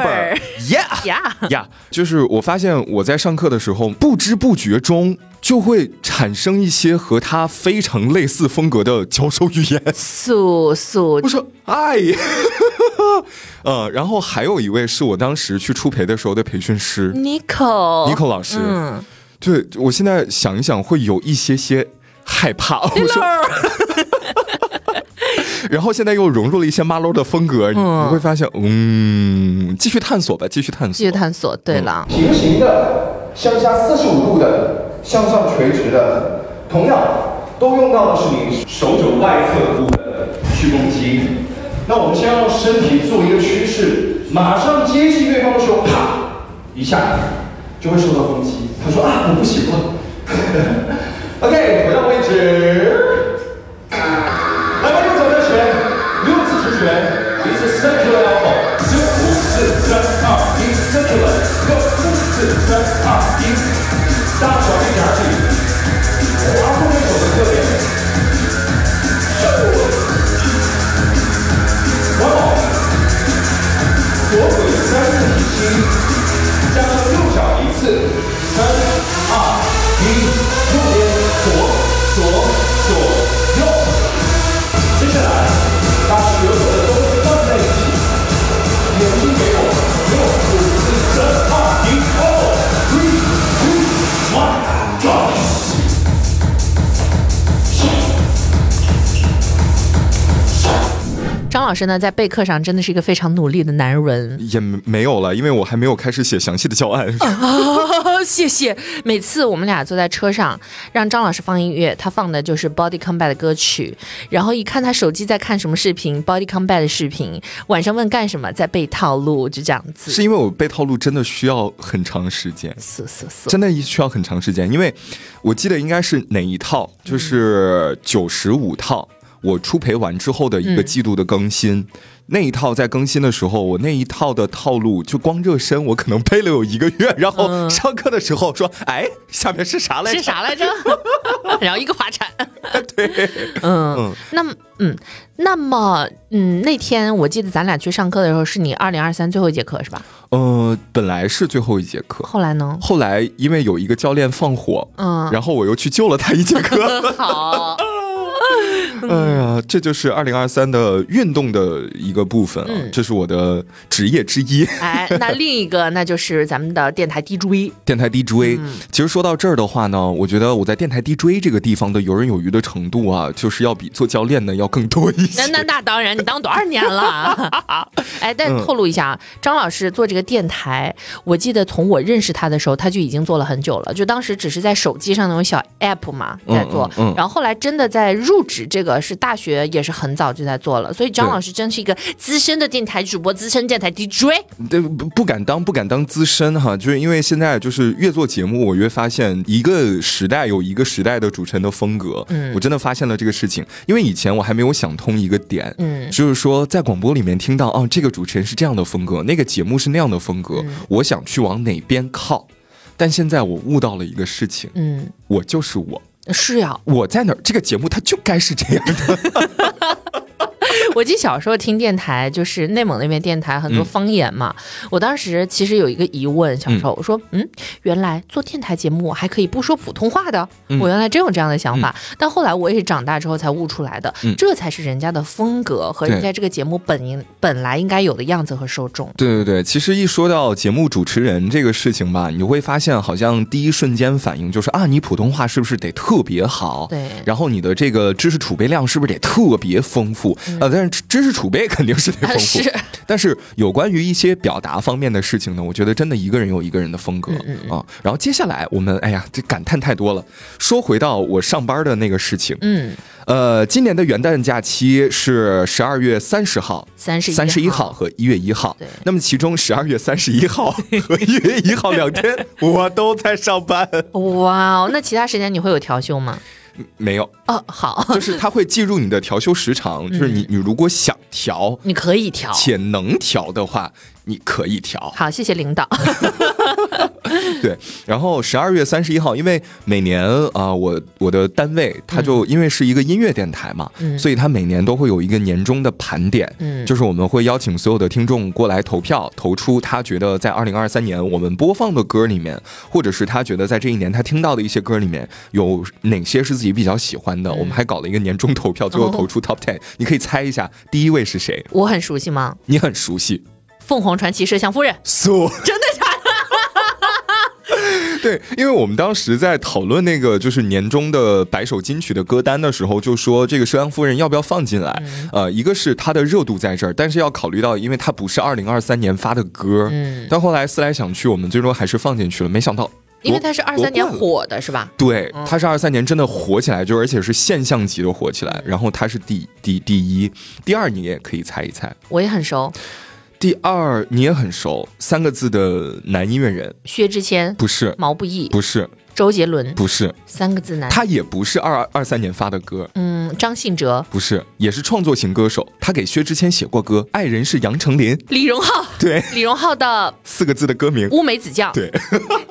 [SPEAKER 4] Amber，Yeah
[SPEAKER 8] 呀，
[SPEAKER 4] 呀，就是我发现我在上课的时候，不知不觉中就会产生一些和他非常类似风格的教授语言。
[SPEAKER 8] 素素
[SPEAKER 4] 我说哎， 呃，然后还有一位是我当时去出培的时候的培训师
[SPEAKER 8] Nico
[SPEAKER 4] Nico 老师，
[SPEAKER 8] 哦嗯，
[SPEAKER 4] 对我现在想一想，会有一些些害怕。我说， 然后现在又融入了一些马楼的风格，你
[SPEAKER 8] 嗯
[SPEAKER 4] 你会发现，嗯，继续探索吧，继续探
[SPEAKER 8] 继续
[SPEAKER 4] 索。
[SPEAKER 8] 探索。对了，
[SPEAKER 10] 平行的、向下四十五度的、向上垂直的，同样都用到的是你手肘外侧部分去攻击。那我们先让身体做一个趋势，马上接近对方的时候，啪一下就会受到攻击。他说啊，我不习惯。OK，回到 位置。啊来吧，右脚的拳，六字直拳，一次 circular elbow，六五四三二一 circular，六五四三二一，大小臂夹紧，滑后面手的侧面。然后
[SPEAKER 11] 呃
[SPEAKER 10] 左腿三次提膝，加上右脚一次，三二一，右边左左左右。接下来，把所有的东西放在一起，眼睛给我，六五四三二一，Go three two one go。
[SPEAKER 8] 张老师呢在备课上真的是一个非常努力的男人。
[SPEAKER 4] 也没有了，因为我还没有开始写详细的教案。
[SPEAKER 8] 哦， 谢谢。每次我们俩坐在车上，让张老师放音乐，他放的就是 Body Combat 的歌曲。然后一看他手机在看什么视频，Body Combat 的视频。晚上问干什么，在背套路，就这样子。
[SPEAKER 4] 是因为我背套路真的需要很长时间，
[SPEAKER 8] 是是是，
[SPEAKER 4] 真的需要很长时间，因为我记得应该是哪一套，就是九十五套，我初培完之后的一个
[SPEAKER 8] 嗯
[SPEAKER 4] 季度的更新。那一套在更新的时候，我那一套的套路就光热身，我可能背了有一个月，然后上课的时候说，哎，下面是啥来着？
[SPEAKER 8] 嗯是啥来着？ 然后一个滑铲。 对，嗯，那么，嗯，那么，嗯，那天我记得咱俩去上课的时候，是你二零二三最后一节课是吧？
[SPEAKER 4] 呃，本来是最后一节课，
[SPEAKER 8] 后来呢？
[SPEAKER 4] 后来因为有一个教练放火，
[SPEAKER 8] 嗯
[SPEAKER 4] 然后我又去救了他一节 课。
[SPEAKER 8] 好，
[SPEAKER 4] 哎呀，这就是二零二三的运动的一个部分啊，
[SPEAKER 8] 嗯
[SPEAKER 4] 这是我的职业之一，
[SPEAKER 8] 哎，那另一个那就是咱们的电台 DJ，
[SPEAKER 4] 电台 DJ。其
[SPEAKER 8] 嗯
[SPEAKER 4] 实说到这儿的话呢，我觉得我在电台 DJ 这个地方的游刃有余的程度啊，就是要比做教练的要更多一些
[SPEAKER 8] 那。那那当然，你当多少年 了？哎，但
[SPEAKER 4] 嗯
[SPEAKER 8] 透露一下啊，张老师做这个电台，我记得从我认识他的时候，他就已经做了很久了，就当时只是在手机上那种小 app 嘛在做，
[SPEAKER 4] 嗯嗯
[SPEAKER 8] 然后后来真的在入职这个是大学也是很早就在做了，所以张
[SPEAKER 4] 对
[SPEAKER 8] 老师真是一个资深的电台主播，资深电台 DJ。
[SPEAKER 4] 对，不不敢当，不敢当资深哈，就是因为现在就是越做节目，我越发现一个时代有一个时代的主持人的风格。嗯，我真的发现了这个事情，因为以前我还没有想通一个点，
[SPEAKER 8] 嗯
[SPEAKER 4] 就是说在广播里面听到哦，这个主持人是这样的风格，那个节目是那样的风格，
[SPEAKER 8] 嗯
[SPEAKER 4] 我想去往哪边靠。但现在我悟到了一个事情，
[SPEAKER 8] 嗯，
[SPEAKER 4] 我就是我，
[SPEAKER 8] 是呀、
[SPEAKER 4] 我在哪儿，这个节目它就该是这样的。
[SPEAKER 8] 我记得小时候听电台，就是内蒙那边电台很多方言嘛。我当时其实有一个疑问，小时候我说，嗯，原来做电台节目还可以不说普通话的，我原来真有这样的想法。但后来我也是长大之后才悟出来的
[SPEAKER 4] 嗯，
[SPEAKER 8] 这才是人家的风格和人
[SPEAKER 4] 对
[SPEAKER 8] 家这个节目本应本来应该有的样子和受众。
[SPEAKER 4] 对对对，其实一说到节目主持人这个事情吧，你会发现好像第一瞬间反应就是啊，你普通话是不是得特别好？
[SPEAKER 8] 对
[SPEAKER 4] 然后你的这个知识储备量是不是得特别丰富？呃，但是知知识储备肯定是得丰富，
[SPEAKER 8] 嗯 是
[SPEAKER 4] 但是有关于一些表达方面的事情呢，我觉得真的一个人有一个人的风格
[SPEAKER 8] 嗯
[SPEAKER 4] 啊。然后接下来我们，哎呀，这感叹太多了。说回到我上班的那个事情，
[SPEAKER 8] 嗯，
[SPEAKER 4] 呃，今年的元旦假期是十二月三十号、
[SPEAKER 8] 31
[SPEAKER 4] 三十一号和一月一号
[SPEAKER 8] 对。
[SPEAKER 4] 那么其中十二月三十一 号和一月一号两天，我都在上班。
[SPEAKER 8] 哇 哦，那其他时间你会有调休吗？
[SPEAKER 4] 没有，
[SPEAKER 8] 哦，好，
[SPEAKER 4] 就是它会计入你的调休时 长，就是你你如果想调
[SPEAKER 8] 你可以调。
[SPEAKER 4] 且能调的话，你可以调。
[SPEAKER 8] 好，谢谢领导。
[SPEAKER 4] 对，然后十二月三十一号，因为每年啊、我我的单位它就因为是一个音乐电台嘛，所以它每年都会有一个年终的盘点，
[SPEAKER 8] 嗯
[SPEAKER 4] 就是我们会邀请所有的听众过来投票，投出他觉得在二零二三年我们播放的歌里面，或者是他觉得在这一年他听到的一些歌里面有哪些是自己比较喜欢的。我们还搞了一个年终投票，最后投出 top ten，、你可以猜一下第一位是谁？
[SPEAKER 8] 我很熟悉吗？
[SPEAKER 4] 你很熟悉，
[SPEAKER 8] 凤凰传奇摄像夫人，
[SPEAKER 4] so。
[SPEAKER 8] 真的假的？
[SPEAKER 4] 对，因为我们当时在讨论那个就是年终的百首金曲的歌单的时候，就说这个《收阳夫人》要不要放进来？
[SPEAKER 8] 嗯
[SPEAKER 4] 呃，一个是它的热度在这儿，但是要考虑到，因为它不是二零二三年发的歌，
[SPEAKER 8] 嗯
[SPEAKER 4] 但后来思来想去，我们最终还是放进去了。没想到夺，
[SPEAKER 8] 因为它是二
[SPEAKER 4] 夺
[SPEAKER 8] 三年
[SPEAKER 4] 冠了。
[SPEAKER 8] 火嗯的是吧？
[SPEAKER 4] 对，它是二三年真的火起来，就而且是现象级的火起
[SPEAKER 8] 嗯
[SPEAKER 4] 来。然后它是第第第一，第二你也可以猜一猜，
[SPEAKER 8] 我也很熟，
[SPEAKER 4] 第二你也很熟，三个字的男音乐人
[SPEAKER 8] 薛之谦、
[SPEAKER 4] 不是，
[SPEAKER 8] 毛不易、
[SPEAKER 4] 不是，
[SPEAKER 8] 周杰伦
[SPEAKER 4] 不是，
[SPEAKER 8] 三个字男，
[SPEAKER 4] 他也不是二二三年发的歌，
[SPEAKER 8] 嗯，张信哲、
[SPEAKER 4] 不是，也是创作型歌手。他给薛之谦写过歌，《爱人是杨丞琳》，
[SPEAKER 8] 李荣浩，
[SPEAKER 4] 对，
[SPEAKER 8] 李荣浩的
[SPEAKER 4] 四个字的歌名。
[SPEAKER 8] 《乌梅子酱》。
[SPEAKER 4] 对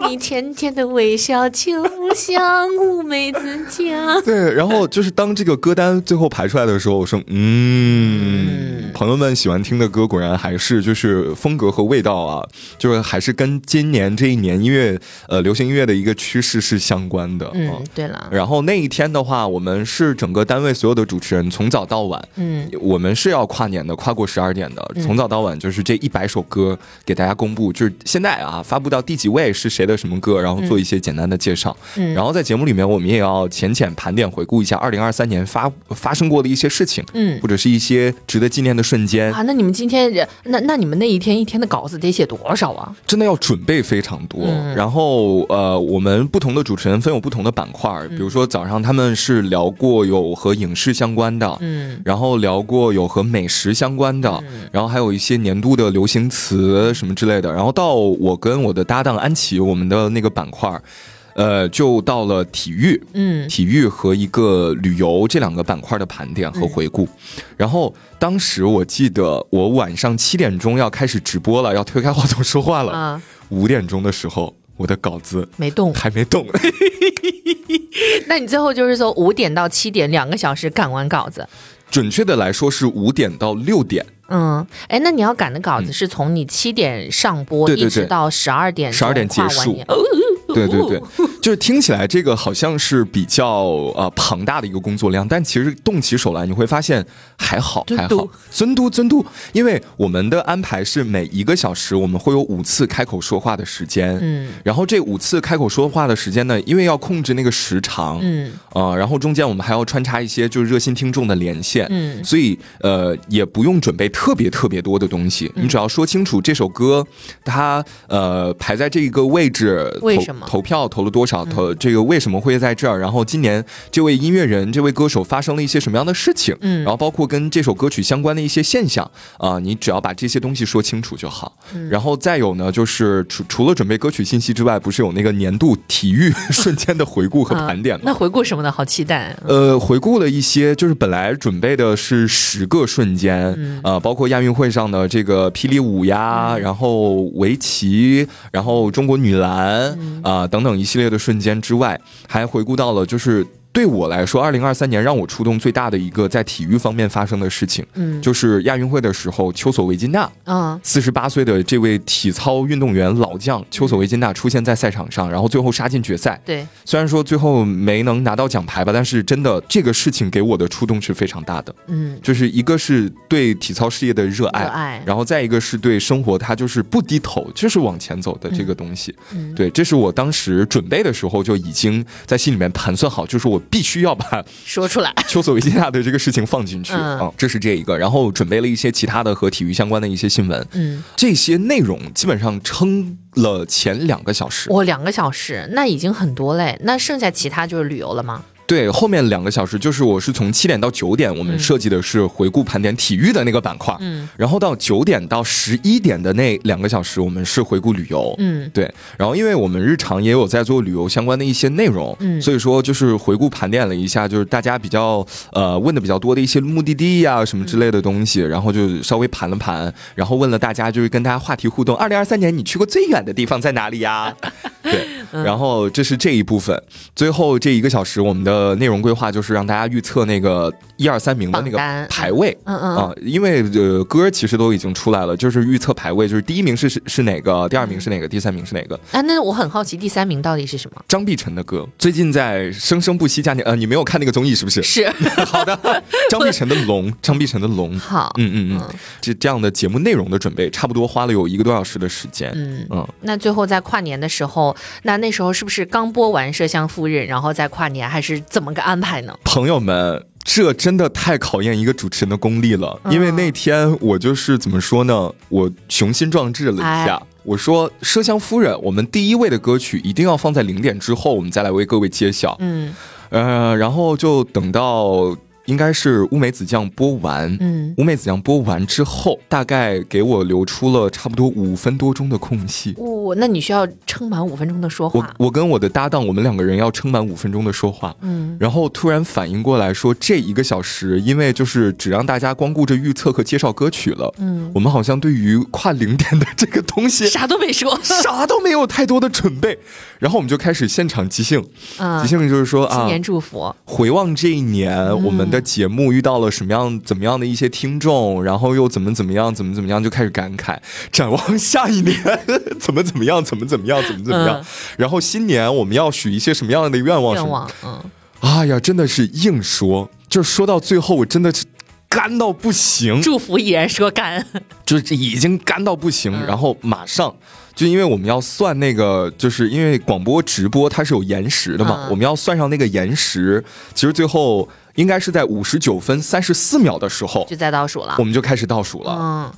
[SPEAKER 8] 你甜甜的微笑就像乌梅子酱。
[SPEAKER 4] 对，然后就是当这个歌单最后排出来的时候，我说，嗯，朋友们喜欢听的歌，果然还是就是风格和味道啊，就是还是跟今年这一年音乐呃流行音乐的一个趋势是相关的。啊
[SPEAKER 8] 嗯，对了，
[SPEAKER 4] 然后那一天的话，我们是整个单位所有的主持人从早到晚，
[SPEAKER 8] 嗯，
[SPEAKER 4] 我们是要跨年的，跨过十二点的，从早到晚就是这一百首歌给大家公布，就是现在啊发布到第几位是谁的什么歌，然后做一些简单的介绍，
[SPEAKER 8] 嗯
[SPEAKER 4] 然后在节目里面我们也要浅浅盘点回顾一下二零二三年发发生过的一些事情，
[SPEAKER 8] 嗯
[SPEAKER 4] 或者是一些值得纪念的瞬间，
[SPEAKER 8] 啊，那你们今天那那你们那一天一天的稿子得写多少啊？
[SPEAKER 4] 真的要准备非常多。
[SPEAKER 8] 嗯
[SPEAKER 4] 然后呃，我们不同的主持人分有不同的板块儿，比
[SPEAKER 8] 嗯
[SPEAKER 4] 如说早上他们是聊过有和影视相关的，
[SPEAKER 8] 嗯
[SPEAKER 4] 然后聊过有和美食相关的，然后还有一些年度的流行词什么之类的。然后到我跟我的搭档安琪，我们的那个板块儿。呃，就到了体育，
[SPEAKER 8] 嗯
[SPEAKER 4] 体育和一个旅游这两个板块的盘点
[SPEAKER 8] 嗯
[SPEAKER 4] 和回顾。然后当时我记得我晚上七点钟要开始直播了，要推开话筒说话了。
[SPEAKER 8] 啊，
[SPEAKER 4] 五点钟的时候，我的稿子
[SPEAKER 8] 没动。
[SPEAKER 4] 还没动。
[SPEAKER 8] 那你最后就是说五点到七点两个小时赶完稿子。
[SPEAKER 4] 准确的来说是五点到六点，
[SPEAKER 8] 嗯，哎，那你要赶的稿子是从你七点上播，
[SPEAKER 4] 嗯对对
[SPEAKER 8] 一直
[SPEAKER 4] 对
[SPEAKER 8] 到十二点，
[SPEAKER 4] 12点结束
[SPEAKER 8] 哦
[SPEAKER 4] 对对对， 就是听起来这个好像是比较呃庞大的一个工作量，但其实动起手来你会发现还好还好，尊嘟尊嘟，因为我们的安排是每一个小时我们会有五次开口说话的时间，
[SPEAKER 8] 嗯
[SPEAKER 4] 然后这五次开口说话的时间呢，因为要控制那个时长，
[SPEAKER 8] 嗯
[SPEAKER 4] 呃，然后中间我们还要穿插一些就是热心听众的连线，
[SPEAKER 8] 嗯
[SPEAKER 4] 所以呃也不用准备特别特别多的东西，
[SPEAKER 8] 嗯
[SPEAKER 4] 你只要说清楚这首歌它呃排在这一个位置，
[SPEAKER 8] 为
[SPEAKER 4] 投
[SPEAKER 8] 什么嗯
[SPEAKER 4] 投票投了多少，投这个为什么会在这儿，然后今年这位音乐人这位歌手发生了一些什么样的事情，
[SPEAKER 8] 嗯
[SPEAKER 4] 然后包括跟这首歌曲相关的一些现象啊、你只要把这些东西说清楚就好。
[SPEAKER 8] 嗯
[SPEAKER 4] 然后再有呢，就是除除了准备歌曲信息之外，不是有那个年度体育 瞬间的回顾和
[SPEAKER 8] 啊
[SPEAKER 4] 盘点吗？
[SPEAKER 8] 那回顾什么的，好期待。
[SPEAKER 4] 呃，回顾了一些，就是本来准备的是十个瞬间，呃，包括亚运会上的这个霹雳舞呀，然后围棋，然后中国女篮啊、等等一系列的瞬间之外，还回顾到了就是对我来说，二零二三年让我触动最大的一个在体育方面发生的事情，嗯，就是亚运会的时候，丘索维金娜，
[SPEAKER 8] 嗯，
[SPEAKER 4] 四十八岁的这位体操运动员老将丘索维金娜出现在赛场上，然后最后杀进决赛。
[SPEAKER 8] 对，
[SPEAKER 4] 虽然说最后没能拿到奖牌吧，但是真的这个事情给我的触动是非常大的。
[SPEAKER 8] 嗯，
[SPEAKER 4] 就是一个是对体操事业的热爱，
[SPEAKER 8] 热爱
[SPEAKER 4] 然后再一个是对生活，他就是不低头，就是往前走的这个东西。
[SPEAKER 8] 嗯
[SPEAKER 4] 对，这是我当时准备的时候就已经在心里面盘算好，就是我必须要把
[SPEAKER 8] 说出 来，
[SPEAKER 4] 丘索维金娜的这个事情放进去
[SPEAKER 8] 嗯
[SPEAKER 4] 啊、这是这一个。然后准备了一些其他的和体育相关的一些新闻，
[SPEAKER 8] 嗯，
[SPEAKER 4] 这些内容基本上撑了前两个小时。
[SPEAKER 8] 我两个小时，那已经很多嘞，那剩下其他就是旅游了吗？
[SPEAKER 4] 对，后面两个小时就是我是从七点到九点，我们设计的是回顾盘点体育的那个板块，
[SPEAKER 8] 嗯，
[SPEAKER 4] 然后到九点到十一点的那两个小时，我们是回顾旅游，
[SPEAKER 8] 嗯
[SPEAKER 4] 对，然后因为我们日常也有在做旅游相关的一些内容，
[SPEAKER 8] 嗯
[SPEAKER 4] 所以说就是回顾盘点了一下，就是大家比较呃问的比较多的一些目的地呀、什么之类的东西，然后就稍微盘了盘，然后问了大家，就是跟大家话题互动，二零二三年你去过最远的地方在哪里呀？对，
[SPEAKER 8] 嗯
[SPEAKER 4] 然后这是这一部分，最后这一个小时我们的内容规划就是让大家预测那个一二三名的那个
[SPEAKER 8] 榜单
[SPEAKER 4] 排位，
[SPEAKER 8] 嗯嗯
[SPEAKER 4] 啊，因为呃歌其实都已经出来了，就是预测排位，就是第一名是是是哪个，第二名是哪个，第三名是哪个。
[SPEAKER 8] 啊，那我很好奇第三名到底是什么？
[SPEAKER 4] 张碧晨的歌最近在《生生不息》家庭，呃，你没有看那个综艺是不 是？
[SPEAKER 8] 是
[SPEAKER 4] 好的，张碧晨的《龙》，张碧晨的《龙》。
[SPEAKER 8] 好，
[SPEAKER 4] 嗯嗯嗯，这这样的节目内容的准备，差不多花了有一个多小时的时间。
[SPEAKER 8] 嗯
[SPEAKER 4] 嗯，
[SPEAKER 8] 那最后在跨年的时候，那那时候是不是刚播完《麝香夫人》，然后再跨年，还是怎么个安排呢？
[SPEAKER 4] 朋友们，这真的太考验一个主持人的功力了。
[SPEAKER 8] 嗯
[SPEAKER 4] 因为那天我就是怎么说呢，我雄心壮志了一下，
[SPEAKER 8] 哎
[SPEAKER 4] 我说《麝香夫人》，我们第一位的歌曲一定要放在零点之后，我们再来为各位揭晓。
[SPEAKER 8] 嗯
[SPEAKER 4] 呃，然后就等到应该是乌梅子酱播完，
[SPEAKER 8] 嗯，
[SPEAKER 4] 乌梅子酱播完之后，大概给我留出了差不多五分多钟的空隙。
[SPEAKER 8] 我、哦那你需要撑满五分钟的说
[SPEAKER 4] 我
[SPEAKER 8] 话。
[SPEAKER 4] 我跟我的搭档，我们两个人要撑满五分钟的说话，
[SPEAKER 8] 嗯，
[SPEAKER 4] 然后突然反应过来说，这一个小时，因为就是只让大家光顾着预测和介绍歌曲了，嗯，我们好像对于跨零点的这个东西
[SPEAKER 8] 啥都没说，
[SPEAKER 4] 啥都没有太多的准备，然后我们就开始现场即兴，
[SPEAKER 8] 嗯
[SPEAKER 4] 即，兴就是说
[SPEAKER 8] 新
[SPEAKER 4] 啊，
[SPEAKER 8] 年祝福，
[SPEAKER 4] 回望这一年，
[SPEAKER 8] 嗯
[SPEAKER 4] 我们的节目遇到了什么样、怎么样的一些听众，然后又怎么怎么样、怎么怎么样，就开始感慨，展望下一年 怎么怎么样、怎么怎么样、怎么怎么样。
[SPEAKER 8] 嗯
[SPEAKER 4] 然后新年我们要许一些什么样的愿望？什么？
[SPEAKER 8] 愿望，嗯，
[SPEAKER 4] 哎呀，真的是硬说，就是说到最后，我真的是干到不行。
[SPEAKER 8] 祝福依然说干，
[SPEAKER 4] 就是已经干到不行，
[SPEAKER 8] 嗯
[SPEAKER 4] 然后马上就因为我们要算那个，就是因为广播直播它是有延时的嘛，
[SPEAKER 8] 嗯
[SPEAKER 4] 我们要算上那个延时，其实最后应该是在五十九分三十四秒的时候
[SPEAKER 8] 就。在倒数了
[SPEAKER 4] 我。们就开始倒数了，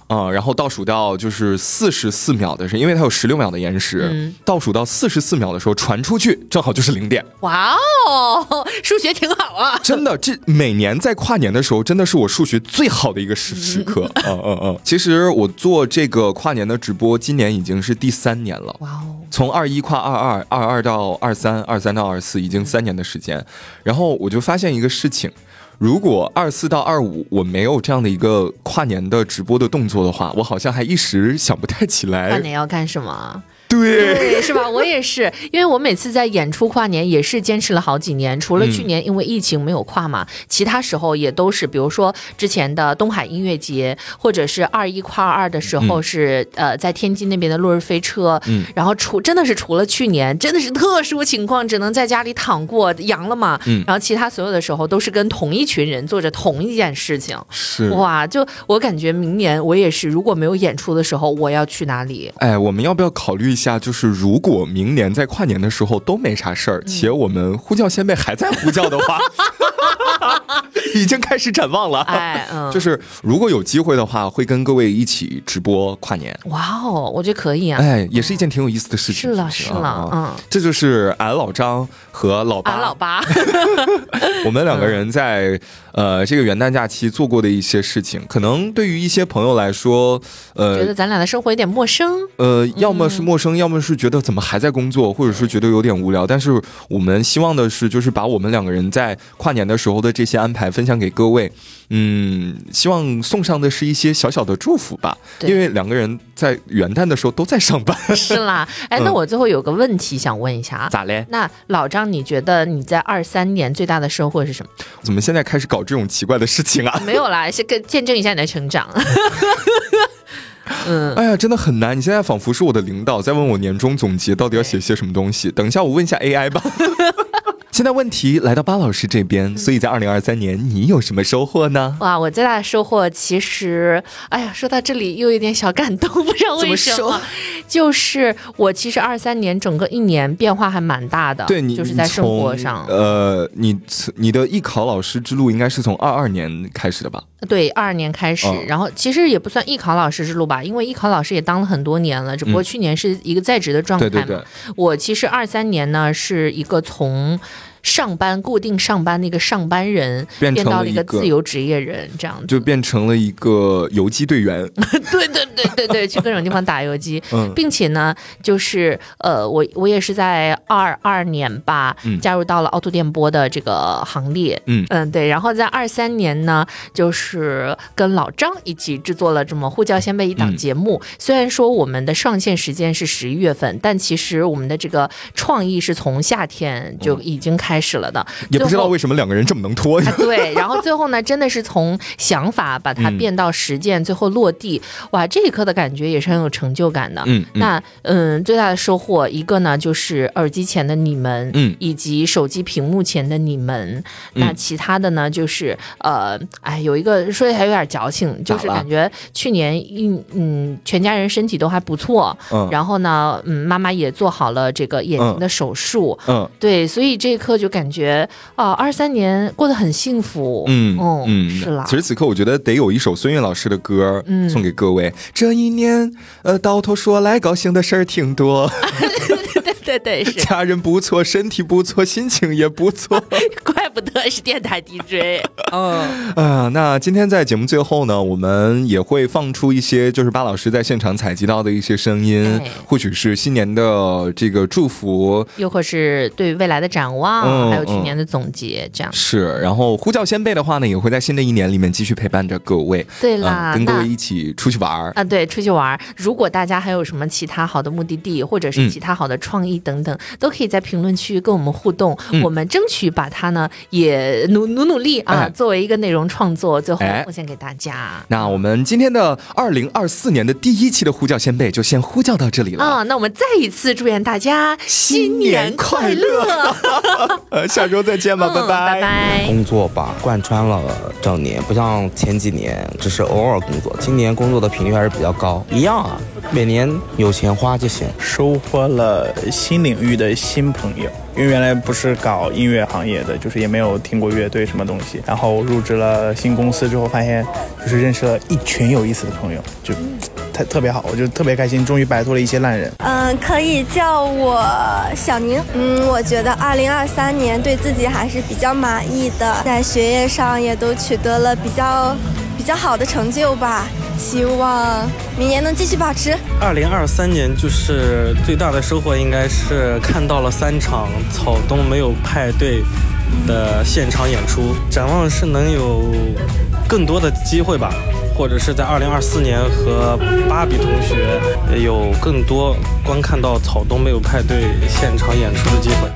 [SPEAKER 8] 嗯
[SPEAKER 4] 啊、然后倒数到就是四十四秒的时候，因为它有十六秒的延时，
[SPEAKER 8] 嗯
[SPEAKER 4] 倒数到四十四秒的时候传出去，正好就是零点。
[SPEAKER 8] 哇哦，数学挺好啊。
[SPEAKER 4] 真的，这每年在跨年的时候，真的是我数学最好的一个时时 刻。嗯嗯嗯。其实我做这个跨年的直播，今年已经是第三年了。
[SPEAKER 8] 哇哦，
[SPEAKER 4] 从二一跨二二，二二到二三，二三到二四，已经三年的时间。然后我就发现一个事情，如果二四到二五我没有这样的一个跨年的直播的动作的话，我好像还一时想不太起
[SPEAKER 8] 跨
[SPEAKER 4] 来。
[SPEAKER 8] 年要干什么？
[SPEAKER 4] 哎对。
[SPEAKER 8] 对，是 吧？我也是，因为我每次在演出跨年也是坚持了好几年，除了去年因为疫情没有跨嘛，其他时候也都是，比如说之前的东海音乐节，或者是二一跨二的时候是、呃在天津那边的落日飞车，
[SPEAKER 4] 嗯
[SPEAKER 8] 然后除真的是除了去年真的是特殊情况，只能在家里躺过阳了嘛，
[SPEAKER 4] 嗯
[SPEAKER 8] 然后其他所有的时候都是跟同一群人做着同一件事情，
[SPEAKER 4] 是
[SPEAKER 8] 哇，就我感觉明年我也是，如果没有演出的时候，我要去哪里？
[SPEAKER 4] 哎，我们要不要考虑一下？就是如果明年在跨年的时候都没啥事儿，且我们呼叫先辈还在呼叫的 话，已经开始展望了。
[SPEAKER 8] 哎，嗯，
[SPEAKER 4] 就是如果有机会的话，会跟各位一起直播跨年。
[SPEAKER 8] 哇哦，我觉得可以啊。
[SPEAKER 4] 哎，也是一件挺有意思的事情。
[SPEAKER 8] 是了
[SPEAKER 4] 不
[SPEAKER 8] 是了
[SPEAKER 4] 啊
[SPEAKER 8] 嗯
[SPEAKER 4] 这就是俺老张和老八，
[SPEAKER 8] 俺老 八，
[SPEAKER 4] 我们两个人在呃这个元旦假期做过的一些事情，可能对于一些朋友来说，呃，
[SPEAKER 8] 觉得咱俩的生活有点陌生。
[SPEAKER 4] 呃，要么
[SPEAKER 8] 嗯
[SPEAKER 4] 是陌生，要么是觉得怎么还在工作，或者是觉得有点无聊。但是我们希望的是，就是把我们两个人在跨年的时候的这些安排分分享给各位。嗯，希望送上的是一些小小的祝福吧，
[SPEAKER 8] 对
[SPEAKER 4] 因为两个人在元旦的时候都在上班，
[SPEAKER 8] 是啦。
[SPEAKER 4] 嗯
[SPEAKER 8] 哎，那我最后有个问题想问一下啊，
[SPEAKER 4] 咋嘞？
[SPEAKER 8] 那老张，你觉得你在二三年最大的收获 是什么？
[SPEAKER 4] 怎么现在开始搞这种奇怪的事情啊？
[SPEAKER 8] 没有啦，是跟见证一下你的成长。嗯
[SPEAKER 4] 哎呀，真的很难！你现在仿佛是我的领导，在问我年终总结到底要写些什么东西。等一下，我问一下 AI 吧。 现在问题来到巴老师这
[SPEAKER 8] 嗯
[SPEAKER 4] 边，所以在二零二三年你有什么收获呢？
[SPEAKER 8] 哇，我最大的收获其实，哎呀，说到这里又有点小感动，不知道
[SPEAKER 4] 怎么
[SPEAKER 8] 为什
[SPEAKER 4] 说
[SPEAKER 8] 么，就是我其实二三年整个一年变化还蛮大的，
[SPEAKER 4] 对你
[SPEAKER 8] 啊就是在生活
[SPEAKER 4] 你从
[SPEAKER 8] 上，
[SPEAKER 4] 呃，你你的艺考老师之路应该是从二二年开始的吧？
[SPEAKER 8] 对，二二年开始，
[SPEAKER 4] 嗯
[SPEAKER 8] 然后其实也不算艺考老师之路吧，因为艺考老师也当了很多年了，只不过
[SPEAKER 4] 嗯
[SPEAKER 8] 去年是一个在职的状态
[SPEAKER 4] 对
[SPEAKER 8] 嘛。
[SPEAKER 4] 对对，
[SPEAKER 8] 我其实二三年呢是一个从。上班固定上班的一个上班人，
[SPEAKER 4] 变
[SPEAKER 8] 变
[SPEAKER 4] 成
[SPEAKER 8] 到
[SPEAKER 4] 了
[SPEAKER 8] 了
[SPEAKER 4] 一
[SPEAKER 8] 个
[SPEAKER 4] 个
[SPEAKER 8] 自由职业人这样子，
[SPEAKER 4] 就变成了一个游击队 员。
[SPEAKER 8] 对对对对对，去各种地方打游击，
[SPEAKER 4] 嗯
[SPEAKER 8] 并且呢，就是呃，我我也是在二二年吧，
[SPEAKER 4] 嗯
[SPEAKER 8] 加入到了凹凸电波的这个行列，
[SPEAKER 4] 嗯
[SPEAKER 8] 对，然后在二三年呢，就是跟老张一起制作了这么《呼叫先辈》一档
[SPEAKER 4] 嗯
[SPEAKER 8] 节目，虽然说我们的上线时间是十一月份，但其实我们的这个创意是从夏天就已经开始了的，
[SPEAKER 4] 嗯也不知道
[SPEAKER 8] 最后
[SPEAKER 4] 为什么两个人这么能拖。
[SPEAKER 8] 啊，对，然后最后呢，真的是从想法把它
[SPEAKER 4] 嗯
[SPEAKER 8] 变到实践，最后落地，哇，这一刻的感觉也是很有成就感的。
[SPEAKER 4] 嗯嗯
[SPEAKER 8] 那嗯，最大的收获一个呢，就是耳机前的你们，
[SPEAKER 4] 嗯
[SPEAKER 8] 以及手机屏幕前的你们。那
[SPEAKER 4] 嗯
[SPEAKER 8] 其他的呢，就是呃，哎，有一个说起来有点矫情，就是
[SPEAKER 4] 咋了
[SPEAKER 8] 感觉去年一嗯，全家人身体都还不错，
[SPEAKER 4] 嗯
[SPEAKER 8] 然后呢，嗯，妈妈也做好了这个眼睛
[SPEAKER 4] 嗯
[SPEAKER 8] 的手术，
[SPEAKER 4] 嗯
[SPEAKER 8] 对，所以这一刻就感觉啊，二、三年过得很幸福。
[SPEAKER 4] 嗯
[SPEAKER 8] 哦
[SPEAKER 4] 嗯，
[SPEAKER 8] 是啦
[SPEAKER 4] 此。时此刻，我觉得得有一首孙悦老师的歌，
[SPEAKER 8] 嗯
[SPEAKER 4] 送给各位。这一年，呃，到头说来，高兴的事儿挺多，
[SPEAKER 8] 对对对，是，
[SPEAKER 4] 家人不错，身体不错，心情也不错
[SPEAKER 8] 怪不得是电 台 DJ。嗯，
[SPEAKER 4] 啊、那今天在节目最后呢，我们也会放出一些就是巴老师在现场采集到的一些声音
[SPEAKER 8] 哎，
[SPEAKER 4] 或许是新年的这个祝福。
[SPEAKER 8] 又或是对未来的展望，
[SPEAKER 4] 嗯
[SPEAKER 8] 还有去
[SPEAKER 4] 嗯
[SPEAKER 8] 年的总结，这样。
[SPEAKER 4] 是，然后呼叫先辈的话呢，也会在新的一年里面继续陪伴着各位，
[SPEAKER 8] 对
[SPEAKER 4] 嗯
[SPEAKER 8] 啦，
[SPEAKER 4] 跟各
[SPEAKER 8] 那
[SPEAKER 4] 位一起出去玩儿。
[SPEAKER 8] 啊，对，出去玩儿。如果大家还有什么其他好的目的地，或者是
[SPEAKER 4] 嗯
[SPEAKER 8] 其他好的创意等等，都可以在评论区跟我们互动。
[SPEAKER 4] 嗯
[SPEAKER 8] 我们争取把它呢也努努努力啊，
[SPEAKER 4] 哎
[SPEAKER 8] 作为一个内容创作，最后
[SPEAKER 4] 哎
[SPEAKER 8] 奉献给大家。
[SPEAKER 4] 那我们今天的二零二四年的第一期的呼叫先辈就先呼叫到这里了，
[SPEAKER 8] 啊、那我们再一次祝愿大家
[SPEAKER 4] 新年快乐
[SPEAKER 8] 乐，
[SPEAKER 4] 呃， 下周再见吧，
[SPEAKER 8] 嗯拜拜。
[SPEAKER 11] 工作吧贯穿了整年，不像前几年只是偶尔工作，今年工作的频率还是比较高。一样啊，每年有钱花就行。
[SPEAKER 6] 收获了新领域的新朋友，因为原来不是搞音乐行业的，就是也没有听过乐队什么东西。然后入职了新公司之后，发现就是认识了一群有意思的朋友，就特特别好，我就特别开心，终于摆脱了一些烂人。
[SPEAKER 3] 嗯，可以叫我小宁。嗯，我觉得二零二三年对自己还是比较满意的，在学业上也都取得了比较比较好的成就吧。希望明年能继续保持。
[SPEAKER 10] 二零二三年就是最大的收获，应该是看到了三场草东没有派对的现场演出，展望是能有更多的机会吧，或者是在二零二四年和芭比同学有更多观看到草东没有派对现场演出的机会。